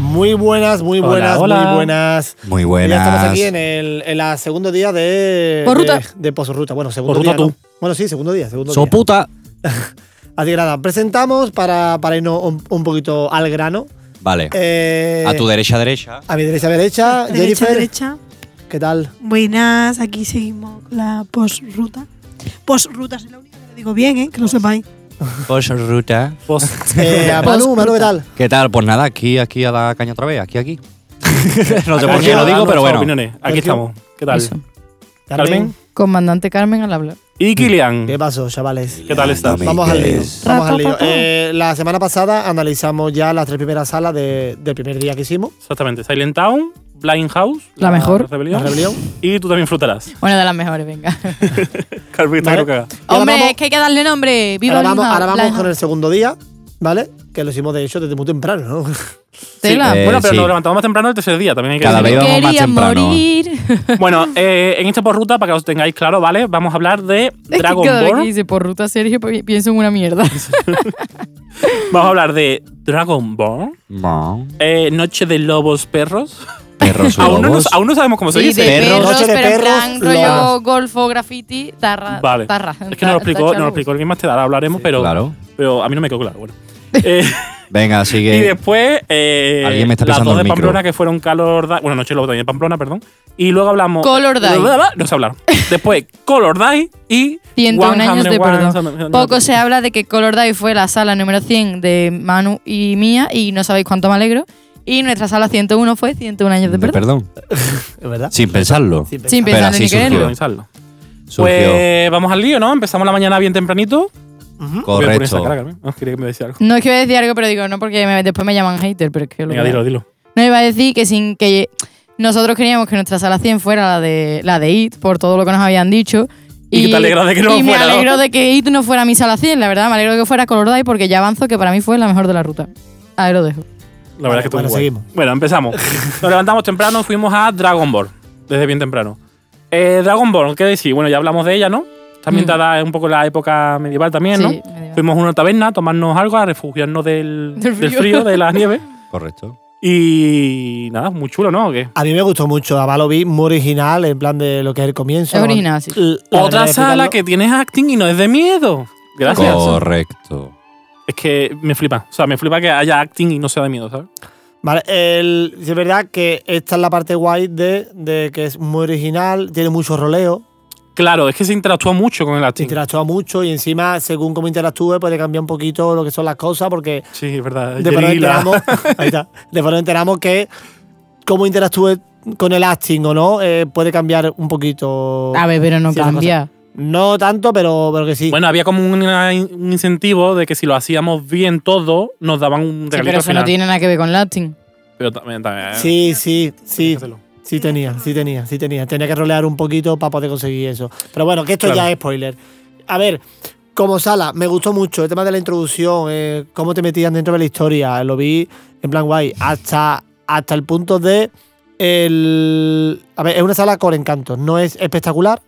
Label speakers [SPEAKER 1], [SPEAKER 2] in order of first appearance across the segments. [SPEAKER 1] Muy buenas, muy
[SPEAKER 2] Hola,
[SPEAKER 1] buenas,
[SPEAKER 2] hola.
[SPEAKER 1] muy buenas.
[SPEAKER 3] Muy buenas.
[SPEAKER 1] Ya estamos aquí en el en la segundo día de.
[SPEAKER 2] Por ruta.
[SPEAKER 1] De, de Posorruta. Bueno, segundo
[SPEAKER 2] Por ruta
[SPEAKER 1] día. ¿no?
[SPEAKER 2] tú.
[SPEAKER 1] Bueno, sí, segundo día. Segundo día.
[SPEAKER 2] Soputa.
[SPEAKER 1] Así que nada, presentamos para, para irnos un, un poquito al grano.
[SPEAKER 3] Vale.
[SPEAKER 1] Eh,
[SPEAKER 3] a tu derecha, derecha.
[SPEAKER 1] a mi derecha, derecha.
[SPEAKER 4] Derecha,
[SPEAKER 1] Ah, Jennifer,
[SPEAKER 4] derecha.
[SPEAKER 1] ¿qué tal?
[SPEAKER 4] Buenas, aquí seguimos la posruta. Posruta, soy la única que lo digo bien, ¿eh? Que lo sepáis.
[SPEAKER 3] Pues ruta.
[SPEAKER 1] Eh, a Manu, Manu, ¿qué tal?
[SPEAKER 3] ¿Qué tal? Pues nada, aquí, aquí a la caña otra vez, aquí, aquí. no sé por
[SPEAKER 1] Aquí
[SPEAKER 3] qué
[SPEAKER 1] a dar
[SPEAKER 3] lo digo, pero
[SPEAKER 2] nuestras
[SPEAKER 3] bueno.
[SPEAKER 2] opiniones. Aquí
[SPEAKER 1] Sergio.
[SPEAKER 2] estamos. ¿Qué tal?
[SPEAKER 5] Eso. Comandante Carmen al hablar.
[SPEAKER 2] Y Kilian.
[SPEAKER 1] Mm. ¿Qué pasó, chavales?
[SPEAKER 2] ¿Qué tal estás?
[SPEAKER 1] Vamos al lío.
[SPEAKER 3] Amigues.
[SPEAKER 1] Vamos al
[SPEAKER 5] Ra, pa,
[SPEAKER 1] lío.
[SPEAKER 5] pa, pa.
[SPEAKER 1] Eh, la semana pasada analizamos ya las tres primeras salas de- del primer día que hicimos.
[SPEAKER 2] Exactamente. Silent Town, Blind House.
[SPEAKER 5] La mejor.
[SPEAKER 2] Rebelión.
[SPEAKER 1] La rebelión.
[SPEAKER 2] Y tú también frutarás.
[SPEAKER 5] Una de las mejores, venga.
[SPEAKER 2] Carmen está
[SPEAKER 1] Vale.
[SPEAKER 2] creo que-
[SPEAKER 1] Y ahora
[SPEAKER 5] Hombre,
[SPEAKER 1] vamos-
[SPEAKER 5] es que hay que darle nombre. Viva
[SPEAKER 1] ahora
[SPEAKER 5] Blind
[SPEAKER 1] vamos,
[SPEAKER 5] House,
[SPEAKER 1] ahora vamos
[SPEAKER 5] Blind
[SPEAKER 1] con
[SPEAKER 5] House.
[SPEAKER 1] el segundo día, ¿vale? Que lo hicimos de hecho desde muy temprano, ¿no?
[SPEAKER 5] Tela.
[SPEAKER 3] Eh,
[SPEAKER 2] bueno, pero
[SPEAKER 3] sí.
[SPEAKER 2] nos levantamos más temprano el tercer día. También hay que
[SPEAKER 3] Cada
[SPEAKER 2] decirlo.
[SPEAKER 3] vez vamos más
[SPEAKER 5] Quería
[SPEAKER 3] temprano.
[SPEAKER 5] morir.
[SPEAKER 2] Bueno, eh, en esta porruta, para que os tengáis claro, ¿vale? Vamos a hablar de
[SPEAKER 5] Es que
[SPEAKER 2] Dragon
[SPEAKER 5] cada vez que
[SPEAKER 2] Ball.
[SPEAKER 5] dice por ruta Sergio pi- pienso en una mierda.
[SPEAKER 2] Vamos a hablar de Dragon Ball.
[SPEAKER 3] No.
[SPEAKER 2] eh, Noche de Lobos Perros.
[SPEAKER 3] Perros
[SPEAKER 2] Aún no,
[SPEAKER 3] lobos.
[SPEAKER 2] nos- aún no sabemos cómo se
[SPEAKER 5] Sí, de
[SPEAKER 2] dice.
[SPEAKER 3] Perros.
[SPEAKER 5] perros,
[SPEAKER 1] Noche de
[SPEAKER 5] pero en
[SPEAKER 1] perros,
[SPEAKER 5] plan rollo
[SPEAKER 1] lobos.
[SPEAKER 5] golfo, graffiti, tarra.
[SPEAKER 2] Vale.
[SPEAKER 5] Tarra,
[SPEAKER 2] Es que no lo explicó, no lo explicó
[SPEAKER 5] explico.
[SPEAKER 2] el Game Master, ahora hablaremos, pero,
[SPEAKER 3] Claro.
[SPEAKER 2] pero a mí no me quedó claro. Bueno. Eh,
[SPEAKER 3] Venga,
[SPEAKER 2] Y
[SPEAKER 3] sigue.
[SPEAKER 2] después, eh,
[SPEAKER 3] Alguien me está
[SPEAKER 2] las
[SPEAKER 3] pisando
[SPEAKER 2] dos de
[SPEAKER 3] el micro.
[SPEAKER 2] Pamplona que fueron Color Day. Bueno, Noche Lobo también de Pamplona, perdón. Y luego hablamos.
[SPEAKER 5] Color Day.
[SPEAKER 2] No se hablaron. Después, Color Day y.
[SPEAKER 5] 101 años de
[SPEAKER 2] 101
[SPEAKER 5] perdón.
[SPEAKER 2] Summer-
[SPEAKER 5] Poco se habla de que Color Day fue la sala número 100 de Manu y mía, y no sabéis cuánto me alegro. Y nuestra sala 101 fue 101 años de
[SPEAKER 3] De
[SPEAKER 5] perdón.
[SPEAKER 3] perdón.
[SPEAKER 1] Es verdad.
[SPEAKER 3] Sin pensarlo.
[SPEAKER 1] Sin pensar.
[SPEAKER 5] Sin
[SPEAKER 3] Pero
[SPEAKER 5] pensar
[SPEAKER 3] así
[SPEAKER 5] ni quererlo.
[SPEAKER 2] Organizarlo.
[SPEAKER 3] Surgió.
[SPEAKER 2] Pues vamos al lío, ¿no? Empezamos la mañana bien tempranito. Voy a poner esa
[SPEAKER 3] Correcto.
[SPEAKER 2] cara, Carmen. No, quería que me decía algo.
[SPEAKER 5] No es que voy a decir algo, pero digo, no, porque me- después me llaman hater, pero es que lo
[SPEAKER 2] Venga,
[SPEAKER 5] voy a-
[SPEAKER 2] dilo, dilo.
[SPEAKER 5] No iba a decir que sin que nosotros queríamos que nuestra sala 100 fuera la de la de IT por todo lo que nos habían dicho.
[SPEAKER 2] Y que te alegras de que no
[SPEAKER 5] y
[SPEAKER 2] fuera,
[SPEAKER 5] me
[SPEAKER 2] ¿no?
[SPEAKER 5] alegro de que IT no fuera mi sala 100, la verdad, me alegro de que fuera Color Day porque ya avanzo que para mí fue la mejor de la ruta. Ahí lo dejo.
[SPEAKER 2] La verdad es que todo
[SPEAKER 1] Bueno,
[SPEAKER 2] muy guay.
[SPEAKER 1] seguimos.
[SPEAKER 2] Bueno, empezamos. Nos levantamos temprano, fuimos a Dragon Ball, desde bien temprano. Eh, Dragon Ball, ¿qué decir? Bueno, ya hablamos de ella, ¿no? También
[SPEAKER 5] Mm.
[SPEAKER 2] dada un poco la época medieval también, ¿no?
[SPEAKER 5] Sí, medieval.
[SPEAKER 2] Fuimos a una taberna a tomarnos algo, a refugiarnos del, del
[SPEAKER 5] Del
[SPEAKER 2] frío.
[SPEAKER 5] frío.
[SPEAKER 2] de la nieve.
[SPEAKER 3] Correcto.
[SPEAKER 2] Y nada, muy chulo, ¿no? ¿O qué?
[SPEAKER 1] A mí me gustó mucho, además lo vi muy original, en plan de lo que es el comienzo.
[SPEAKER 5] Es original, sí.
[SPEAKER 1] L- la manera
[SPEAKER 2] Otra
[SPEAKER 1] de
[SPEAKER 2] sala
[SPEAKER 1] explicarlo.
[SPEAKER 2] que tienes acting y no es de miedo. Gracias.
[SPEAKER 3] Correcto.
[SPEAKER 2] Es que me flipa. O sea, me flipa que haya acting y no sea de miedo, ¿sabes?
[SPEAKER 1] Vale, el- sí, es verdad que esta es la parte guay de, de que es muy original, tiene mucho roleo,
[SPEAKER 2] Claro, es que se interactúa mucho con el acting.
[SPEAKER 1] interactúa mucho y encima, según cómo interactúe, puede cambiar un poquito lo que son las cosas, porque
[SPEAKER 2] Sí, es verdad.
[SPEAKER 1] después nos
[SPEAKER 2] Yeri la-
[SPEAKER 1] enteramos, ahí está, después nos enteramos que cómo interactúe con el acting o no, eh, puede cambiar un poquito.
[SPEAKER 5] A ver, pero no
[SPEAKER 1] ciertas
[SPEAKER 5] cambia.
[SPEAKER 1] No tanto, pero, pero que sí.
[SPEAKER 2] Bueno, había como un, un incentivo de que si lo hacíamos bien todo, nos daban un
[SPEAKER 5] Sí,
[SPEAKER 2] regalito
[SPEAKER 5] pero
[SPEAKER 2] al
[SPEAKER 5] eso
[SPEAKER 2] final.
[SPEAKER 5] no tiene nada que ver con Latin.
[SPEAKER 2] Pero también, también.
[SPEAKER 1] sí,
[SPEAKER 3] eh.
[SPEAKER 1] sí, sí.
[SPEAKER 2] déjaselo.
[SPEAKER 1] Sí tenía, sí tenía, sí tenía. Tenía que rolear un poquito para poder conseguir eso. Pero bueno, que esto
[SPEAKER 2] Claro.
[SPEAKER 1] ya es spoiler. A ver, como sala, me gustó mucho el tema de la introducción, eh, cómo te metían dentro de la historia. Lo vi en plan guay. Hasta, hasta el punto de. El, a ver, es una sala con encanto. No es espectacular,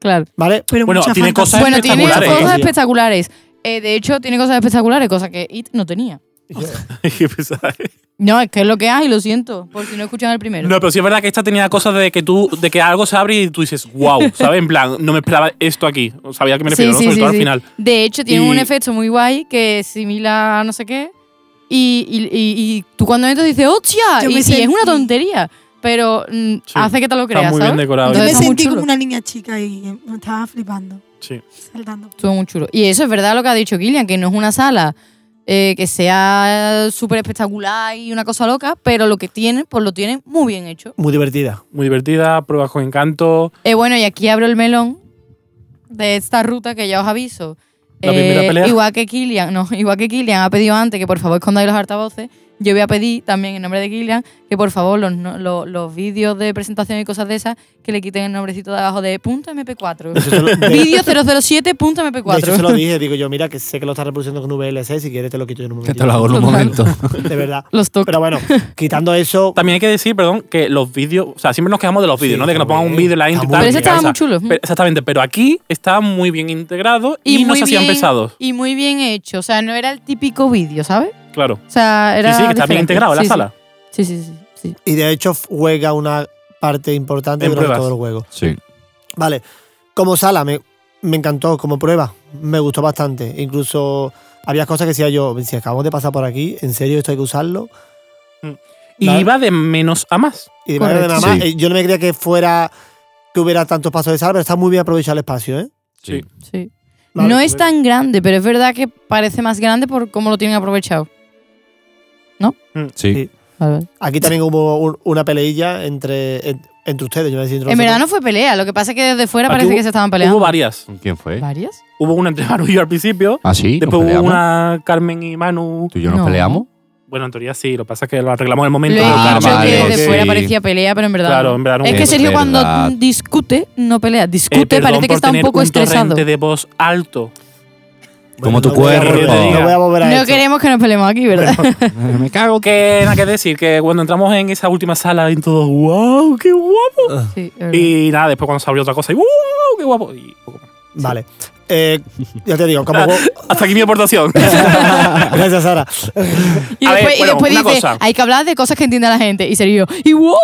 [SPEAKER 5] Claro.
[SPEAKER 1] ¿vale?
[SPEAKER 4] Pero
[SPEAKER 2] Bueno,
[SPEAKER 4] mucha
[SPEAKER 2] tiene
[SPEAKER 4] fantasía.
[SPEAKER 2] cosas
[SPEAKER 5] Bueno, tiene
[SPEAKER 2] espectaculares.
[SPEAKER 5] cosas
[SPEAKER 1] Sí.
[SPEAKER 5] espectaculares. Eh, de hecho, tiene cosas espectaculares, cosas que IT no tenía.
[SPEAKER 2] Qué pesado.
[SPEAKER 5] No, es que es lo que hay, lo siento, por si no escuchan el primero.
[SPEAKER 2] no, pero sí es verdad que esta tenía cosas de que tú, de que algo se abre y tú dices, wow, ¿sabes? En plan, no me esperaba esto aquí. Sabía que me refiero, ¿no? sobre todo al final.
[SPEAKER 5] De hecho, tiene
[SPEAKER 2] Y-
[SPEAKER 5] un efecto muy guay que simila no sé qué. Y, y- y- y tú cuando entras dices, ¡hostia!
[SPEAKER 4] Yo me
[SPEAKER 5] Y, y es una
[SPEAKER 4] sentí-
[SPEAKER 5] tontería. Pero mm, hace que te lo
[SPEAKER 2] Está
[SPEAKER 5] creas.
[SPEAKER 2] muy bien
[SPEAKER 5] ¿sabes?
[SPEAKER 2] decorado.
[SPEAKER 4] Yo
[SPEAKER 5] Entonces
[SPEAKER 4] me
[SPEAKER 5] está muy
[SPEAKER 4] sentí como
[SPEAKER 5] chulo.
[SPEAKER 4] una niña chica y eh, me estaba flipando,
[SPEAKER 2] Sí.
[SPEAKER 4] saltando.
[SPEAKER 5] Estuvo muy chulo. Y eso es verdad lo que ha dicho Kilian, que no es una sala eh, que sea súper espectacular y una cosa loca, pero lo que tienen, pues lo tienen muy bien hecho.
[SPEAKER 1] Muy divertida.
[SPEAKER 2] Muy divertida, pruebas con encanto.
[SPEAKER 5] Eh, bueno, y aquí abro el melón de esta ruta que ya os aviso. Eh,
[SPEAKER 2] La primera pelea.
[SPEAKER 5] Igual que Kilian, no, igual que Kilian ha pedido antes que por favor escondáis los altavoces. yo voy a pedir también en nombre de Kilian que por favor los, no- lo- los vídeos de presentación y cosas de esas que le quiten el nombrecito de abajo de punto
[SPEAKER 1] Eso se
[SPEAKER 5] .mp4.
[SPEAKER 1] lo- de-
[SPEAKER 5] Vídeo 007.mp4.
[SPEAKER 1] De hecho, se lo dije, digo yo, mira, que sé que lo estás reproduciendo con VLC, si quieres te lo quito yo en un
[SPEAKER 3] Que
[SPEAKER 1] momento.
[SPEAKER 3] te lo hago en un
[SPEAKER 5] Total.
[SPEAKER 3] momento.
[SPEAKER 1] De verdad.
[SPEAKER 5] Los toca.
[SPEAKER 1] Pero bueno, quitando eso,
[SPEAKER 2] También hay que decir, perdón, que los vídeos, o sea, siempre nos quejamos de los vídeos,
[SPEAKER 1] Sí,
[SPEAKER 2] ¿no? De que nos pongan un
[SPEAKER 1] también.
[SPEAKER 2] vídeo en la intro
[SPEAKER 1] Está
[SPEAKER 2] y
[SPEAKER 1] muy bien.
[SPEAKER 2] tal.
[SPEAKER 5] Pero ese estaba
[SPEAKER 2] Esa-
[SPEAKER 5] muy chulo.
[SPEAKER 2] pero- exactamente, pero aquí estaba muy bien integrado y, no
[SPEAKER 5] muy
[SPEAKER 2] se hacían
[SPEAKER 5] bien-
[SPEAKER 2] pesados.
[SPEAKER 5] Y muy bien hecho. O sea, no era el típico vídeo, ¿sabes?
[SPEAKER 2] Claro.
[SPEAKER 5] O sea, era.
[SPEAKER 2] sí, sí, que está bien
[SPEAKER 5] diferente.
[SPEAKER 2] integrado en la
[SPEAKER 5] Sí, sí.
[SPEAKER 2] sala.
[SPEAKER 5] Sí, sí, sí. sí.
[SPEAKER 1] y de hecho juega una parte importante
[SPEAKER 2] En
[SPEAKER 1] durante
[SPEAKER 2] pruebas.
[SPEAKER 1] todo el juego.
[SPEAKER 3] Sí.
[SPEAKER 1] Vale, como sala me, me encantó, como prueba me gustó bastante. Incluso había cosas que decía yo, si acabamos de pasar por aquí, ¿en serio esto hay que usarlo?
[SPEAKER 2] Y
[SPEAKER 1] Vale.
[SPEAKER 2] iba de menos a más.
[SPEAKER 1] Y de manera de
[SPEAKER 5] Correcto.
[SPEAKER 1] nada más,
[SPEAKER 3] Sí.
[SPEAKER 1] eh, yo no me creía que fuera, que hubiera tantos pasos de sala, pero está muy bien aprovechar el espacio, ¿eh?
[SPEAKER 2] Sí.
[SPEAKER 3] Sí.
[SPEAKER 5] sí.
[SPEAKER 1] Vale,
[SPEAKER 5] no
[SPEAKER 1] pues-
[SPEAKER 5] es tan grande, pero es verdad que parece más grande por cómo lo tienen aprovechado.
[SPEAKER 3] Sí.
[SPEAKER 1] Sí.
[SPEAKER 5] Vale, vale.
[SPEAKER 1] Aquí también hubo un- una peleilla entre, en- entre ustedes. Yo iba a decir entre
[SPEAKER 5] En
[SPEAKER 1] vosotros.
[SPEAKER 5] verdad no fue pelea, lo que pasa es que desde fuera
[SPEAKER 2] Aquí
[SPEAKER 5] parece
[SPEAKER 2] hubo-
[SPEAKER 5] que se estaban
[SPEAKER 2] Hubo ¿eh?
[SPEAKER 5] peleando.
[SPEAKER 2] varias.
[SPEAKER 3] ¿Con quién fue?
[SPEAKER 5] ¿Varias?
[SPEAKER 2] Hubo una entre Manu y yo al principio.
[SPEAKER 3] ¿Ah, sí? ¿Nos
[SPEAKER 2] Después hubo
[SPEAKER 3] peleamos?
[SPEAKER 2] una Carmen y Manu.
[SPEAKER 3] ¿Tú y yo nos
[SPEAKER 5] No.
[SPEAKER 3] peleamos?
[SPEAKER 2] Bueno, en teoría sí, lo que pasa es que lo arreglamos en el
[SPEAKER 5] Lo
[SPEAKER 2] momento.
[SPEAKER 5] he
[SPEAKER 3] Ah,
[SPEAKER 5] dicho
[SPEAKER 3] vale,
[SPEAKER 5] que desde
[SPEAKER 3] sí.
[SPEAKER 5] fuera parecía pelea, pero en verdad.
[SPEAKER 2] Claro,
[SPEAKER 5] no.
[SPEAKER 2] en verdad no.
[SPEAKER 5] Es que
[SPEAKER 3] Es
[SPEAKER 5] Sergio cuando
[SPEAKER 3] verdad.
[SPEAKER 5] discute, no pelea,
[SPEAKER 2] Eh,
[SPEAKER 5] discute,
[SPEAKER 2] perdón
[SPEAKER 5] parece que
[SPEAKER 2] por
[SPEAKER 5] está un
[SPEAKER 2] tener
[SPEAKER 5] poco estresado.
[SPEAKER 2] torrente de voz alto.
[SPEAKER 3] Como tu
[SPEAKER 1] no voy a
[SPEAKER 2] cuerpo.
[SPEAKER 1] volver- No voy a volver a
[SPEAKER 5] No
[SPEAKER 1] esto.
[SPEAKER 5] queremos que nos peleemos aquí, ¿verdad?
[SPEAKER 3] Eh, Me cago
[SPEAKER 2] Que nada que decir, que cuando entramos en esa última sala, en todo, wow, qué guapo.
[SPEAKER 3] Ah.
[SPEAKER 5] Sí, es verdad.
[SPEAKER 2] Y nada, después cuando se abrió otra cosa, y wow, qué guapo. Y poco más.
[SPEAKER 1] Vale. Eh, ya te digo, como
[SPEAKER 2] Hasta aquí mi aportación.
[SPEAKER 1] Gracias, Sara.
[SPEAKER 5] Y
[SPEAKER 2] A ver,
[SPEAKER 5] después, y
[SPEAKER 2] bueno,
[SPEAKER 5] después
[SPEAKER 2] una
[SPEAKER 5] dice,
[SPEAKER 2] cosa.
[SPEAKER 5] hay que hablar de cosas que entienda la gente. Y Sergio, y wow,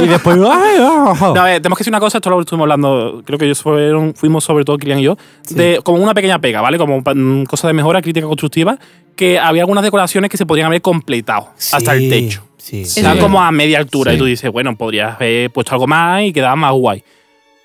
[SPEAKER 3] Y después. ¡Ay,
[SPEAKER 2] No, a ver, tenemos que decir una cosa, esto lo estuvimos hablando, creo que ellos fueron- fuimos sobre todo Kilian y yo, de como una pequeña pega, ¿vale? Como pa- mm, cosa de mejora, crítica constructiva, que había algunas decoraciones que se podrían haber completado hasta el
[SPEAKER 1] Sí,
[SPEAKER 2] techo.
[SPEAKER 1] Sí.
[SPEAKER 5] Es
[SPEAKER 2] Está
[SPEAKER 5] verdad.
[SPEAKER 2] como a media altura
[SPEAKER 3] Sí.
[SPEAKER 2] y tú dices, bueno, podrías haber puesto algo más y quedaba más guay.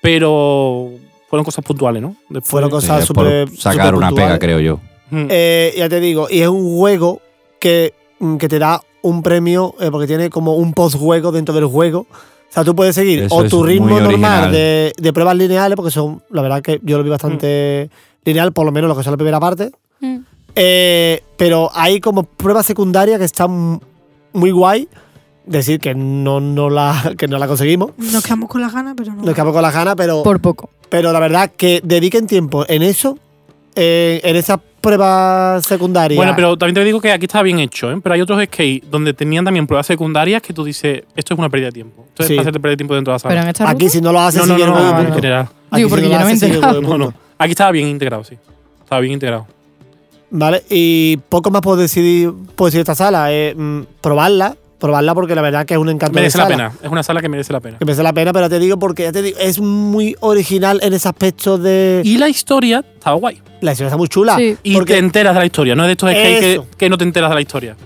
[SPEAKER 2] Pero fueron cosas puntuales, ¿no? Después-
[SPEAKER 1] Fueron cosas-
[SPEAKER 3] Eh, por
[SPEAKER 1] súper-
[SPEAKER 3] sacar
[SPEAKER 1] súper
[SPEAKER 3] una
[SPEAKER 1] puntuales.
[SPEAKER 3] pega, creo yo.
[SPEAKER 2] Mm.
[SPEAKER 1] Eh, ya te digo, y es un juego que, mm, que te da un premio eh, porque tiene como un postjuego dentro del juego. O sea, tú puedes seguir
[SPEAKER 3] Eso
[SPEAKER 1] o
[SPEAKER 3] es
[SPEAKER 1] tu
[SPEAKER 3] muy
[SPEAKER 1] ritmo normal
[SPEAKER 3] original.
[SPEAKER 1] de, de pruebas lineales, porque son, la verdad que yo lo vi bastante
[SPEAKER 3] Mm.
[SPEAKER 1] lineal, por lo menos lo que es la primera parte.
[SPEAKER 5] Mm.
[SPEAKER 1] Eh, pero hay como pruebas secundarias que están muy guay. Decir que no, no, la, que no la conseguimos.
[SPEAKER 4] Nos quedamos con las ganas, pero no.
[SPEAKER 1] Nos quedamos con las ganas, pero...
[SPEAKER 5] por poco.
[SPEAKER 1] Pero la verdad que dediquen tiempo en eso, eh, en esas pruebas secundarias.
[SPEAKER 2] Bueno, pero también te digo que aquí está bien hecho, ¿eh? Pero hay otros skates donde tenían también pruebas secundarias que tú dices, esto es una pérdida de tiempo. Entonces,
[SPEAKER 1] Sí.
[SPEAKER 2] para hacerte perder tiempo dentro de la sala.
[SPEAKER 5] Pero en esta
[SPEAKER 1] aquí
[SPEAKER 5] ruta,
[SPEAKER 1] si no lo haces,
[SPEAKER 2] no, no,
[SPEAKER 1] sigue
[SPEAKER 2] no,
[SPEAKER 1] el
[SPEAKER 2] no,
[SPEAKER 1] juego
[SPEAKER 2] en
[SPEAKER 1] de punto.
[SPEAKER 2] general.
[SPEAKER 1] Aquí
[SPEAKER 5] Digo,
[SPEAKER 1] si no
[SPEAKER 5] porque
[SPEAKER 1] lo
[SPEAKER 5] yo no me
[SPEAKER 1] haces, sigue el juego de
[SPEAKER 2] No, no.
[SPEAKER 1] punto.
[SPEAKER 2] Aquí estaba bien integrado, sí. Estaba bien integrado.
[SPEAKER 1] Vale, y poco más puedo decidir, puedo decir de esta sala. eh, mm, probarla, probarla porque la verdad que es un encanto. de
[SPEAKER 2] merece la
[SPEAKER 1] sala.
[SPEAKER 2] pena. Es una sala que merece la pena.
[SPEAKER 1] Que merece la pena, pero te digo porque ya te digo, es muy original en ese aspecto de.
[SPEAKER 2] Y la historia estaba guay.
[SPEAKER 1] la historia está muy chula.
[SPEAKER 5] Sí.
[SPEAKER 2] Y
[SPEAKER 1] Porque-
[SPEAKER 2] te enteras de la historia. No es de estos skates que,
[SPEAKER 1] Eso.
[SPEAKER 2] que no te enteras de la historia.